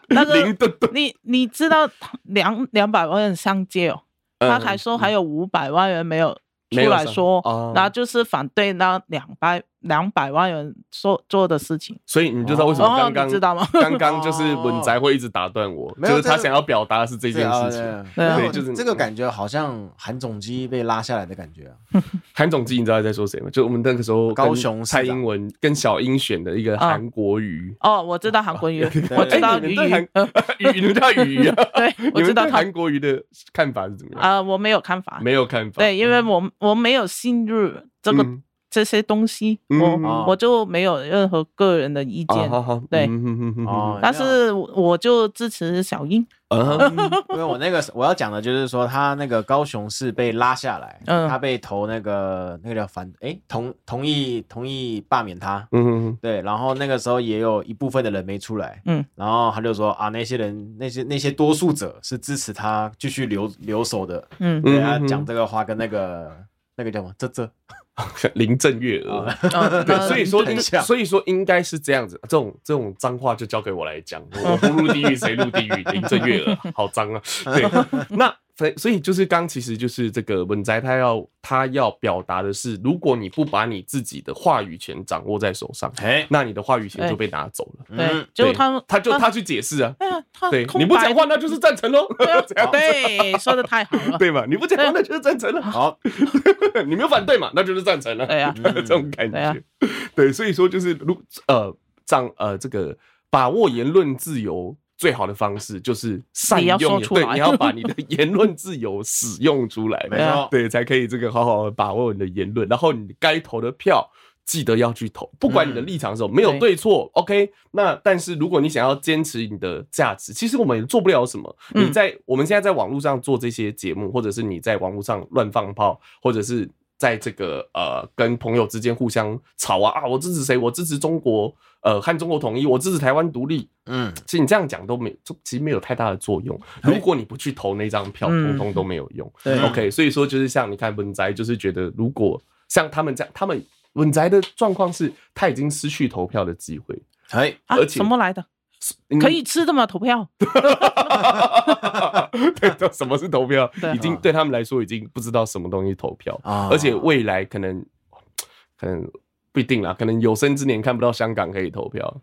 C: 那
A: 林
C: 个
A: 顿顿
C: (laughs) 你你知道两两百万人上街哦，他还说还有五百万人没有
A: 嗯没
C: 出
A: 有
C: 来
A: 上
C: 说
A: 哦，
C: 那就是反对那两百两百万人做做的事情。
A: 所以你就知道为什么
C: 哦
A: 刚刚
C: 你知道吗
A: 刚刚就是文宅会一直打断我，
B: 没
A: 就
B: 有
A: 是他
B: 这个
A: 想要表达的是这件事情。
B: 啊对
C: 对啊
B: 啊，
A: 对就是
B: 这个感觉好像韩总机被拉下来的感觉啊。
A: 韩总机，你知道在说谁吗？就我们那个时候跟
B: 高雄市
A: 蔡
B: 长
A: 英文跟小英选的一个
C: 啊
A: 韩国瑜，
C: 哦，我知道韩
A: (laughs)
C: 国瑜，我
B: 对
C: 知道
A: 哎你
C: 鱼
A: 们对
C: 鱼
A: 韩， (laughs) 瑜，你们叫瑜啊？
C: 对，
A: (laughs) 你
C: 我知
A: 们
C: 道
A: 对
C: 他
A: 韩国瑜的看法是怎么样？
C: 啊，我没有看法，
A: 没有看法。
C: 对，因为我我没有信任这个
A: 嗯
C: 这些东西，
A: 嗯
C: 我我就没有任何个人的意
A: 啊，
C: 见，
A: 好好，
C: 对
A: 嗯哼哼哼哼
B: 哦
C: 但是我我就支持小英，
A: 嗯哼
B: (laughs) 因为我那个我要讲的就是说，他那个高雄市被拉下来，
C: 嗯
B: 他被投那个那个叫反哎同同意同意罢免他，
A: 嗯哼哼，
B: 对，然后那个时候也有一部分的人没出来，
C: 嗯，
B: 然后他就说啊那些人那些那些多数者是支持他继续留留守的，
C: 嗯，
B: 对他
A: 嗯嗯
B: 讲这个话跟那个那个叫什么这这
A: 林郑月娥。(laughs)
C: 啊
A: (laughs) 对，
C: 那
A: 所以
C: (laughs)
A: 说
B: 很
A: 应，
B: 像
A: 所以说应该是这样子。这种这种脏话就交给我来讲，我我不入地狱谁入地狱？林郑月娥，好脏啊！对，
C: (laughs)
A: 那所以所以就是刚其实就是这个文摘他要他要表达的是，如果你不把你自己的话语权掌握在手上，
B: 哎
A: 那你的话语权就被拿走了。
C: 对
B: 嗯，
C: 就
A: 对
C: 他
A: 他就他去解释啊，
C: 哎呀，他
A: 对，
C: 空
A: 你不
C: 白
A: 讲话那就是赞成
C: (laughs)
A: 喽，
C: 对啊
A: 这样子
C: 对，说的太好了，
A: 对嘛？你不讲话那就是赞成了。
C: (laughs)
B: 好，嗯
A: 你没有反对嘛，那就是赞成了。
C: 对啊
A: (laughs) 这种感
C: 对啊
A: 觉。 (laughs) 对，所以说就是如呃，掌呃这个把握言论自由最好的方式就是善
C: 你要说
A: 用，
C: 出
A: 对，
C: 来
A: 你要把你的言论自由使用出来，
B: 没
C: 对
B: 错
C: 啊，
A: 对，才可以这个好好地把握你的言论，然后你该投的票。记得要去投，不管你的立场是
C: 嗯
A: 什么，没有对错，OK。那但是如果你想要坚持你的价值，其实我们也做不了什么。
C: 嗯
A: 你在我们现在在网络上做这些节目，或者是你在网络上乱放炮，或者是在这个呃跟朋友之间互相吵啊啊，我支持谁，我支持中国，呃，和中国统一，我支持台湾独立。
B: 嗯，
A: 其实你这样讲都没，就其实没有太大的作用。如果你不去投那张票，
C: 哎嗯
A: 通通都没有用。
C: 对
A: OK，所以说就是像你看文摘，就是觉得如果像他们这样，他们文摘的状况是他已经失去投票的机会，
B: 哎，
C: 啊
A: 而，且嗯
C: 什么来的？可 (laughs) 以吃的吗？投票？
A: 对，都什么是投票
C: 对？嗯
A: 已经对他们来说已经不知道什么东西投票，
B: 啊
A: 而且未来可能可能不一定啦，可能有生之年看不到香港可以投票。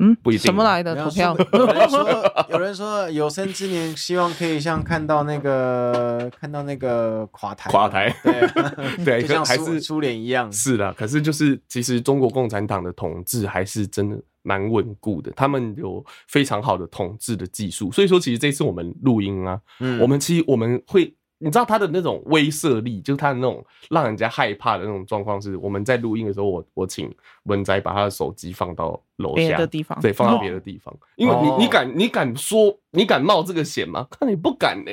C: 嗯，
A: 不一定
C: 什么
A: 啊
C: 来的
B: 没有
C: 投票？
B: 说
C: (laughs)
A: (laughs)
B: 有人说，有人说有生之年希望可以像看到那个看到那个垮
C: 哎
B: 台，
A: 垮台 (laughs)
B: (laughs) 对，啊
A: 对，
B: 就
A: 可
B: 像
A: 还
B: 苏
A: 是
B: 苏联一样，
A: 是啦，可是就是其实中国共产党的统治还是真的蛮稳固的，他们有非常好的统治的技术，所以说其实这次我们录音啊，
B: 嗯
A: 我们其实我们会。你知道他的那种威慑力，就是他的那种让人家害怕的那种状况，是我们在录音的时候，我我请文仔把他的手机放到楼
C: 别
A: 下
C: 的地方哦
A: 对，放到别的地方，因为你
B: 哦
A: 你敢你敢说你敢冒这个险吗？看你不敢呢、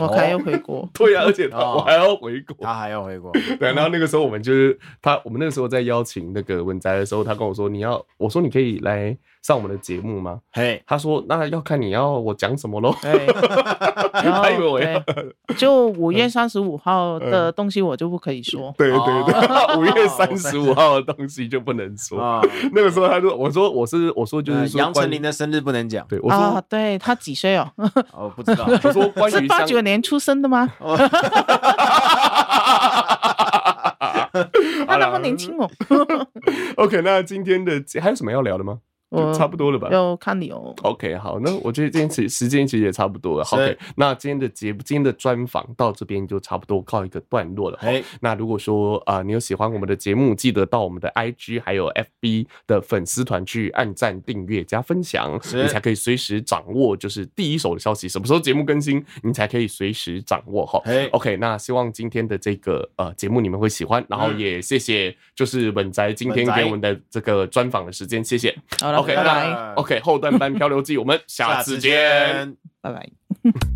C: 我还要回国。
B: (laughs)
A: 对啊，而且他、
B: 哦
A: 我还要回国，
B: 他还要回国，
A: 对，然后那个时候我们就是他，我们那个时候在邀请那个文宅的时候，他跟我说你要，我说你可以来上我们的节目吗？
B: 嘿，
A: 他说那要看你要我讲什么喽。
C: 对，
B: 哦
C: 然
A: 他以为
C: 后
A: 我要，
C: 对，就五
A: 嗯
C: 月三十五号的东西我就不可以说。
A: 对对对，
B: 哦
A: 五月三十五号的东西就不能说。
B: 啊，
A: 那个时候他说，我说我是我说 (laughs) 就
B: 呃
A: 是说
B: 杨
A: 关
B: 丞琳，的生日不能
A: (laughs)
B: 讲，
A: 对我
C: 啊
A: 说，
C: 对他几岁
A: (laughs)
C: 哦？
B: 哦，不知道，
A: 我
C: (laughs)
A: 说关
C: 是
A: 于
C: 八
A: 香 (laughs)
C: 九年出生的吗？
A: 他
C: 他那么年轻哦。哦
A: OK，那今天的还有什么要聊的吗？
C: 我
A: 差不多了吧？
C: 就看你哦。
A: OK，好，那我觉得今天其实时间其实也差不多了。
B: 是
A: OK，那今天的节目、今天的专访到这边就差不多告一个段落了。
B: (laughs) 哎，
A: 那如果说啊、呃你有喜欢我们的节目，记得到我们的 IG 还有 FB 的粉丝团去按赞、订阅、加分享，
B: 是
A: 你才可以随时掌握就是第一手的消息，什么时候节目更新，你才可以随时掌握哈。
B: 哎
A: OK，那希望今天的这个呃节目你们会喜欢，然后
B: 嗯
A: 也谢谢就是本宅今天
B: 本宅
A: 给我们的这个专访的时间，谢谢。
C: 好了
A: OK，
C: 拜
A: 那
C: 拜，
A: OK，后段班漂流记，我们下次见。。
C: 拜拜。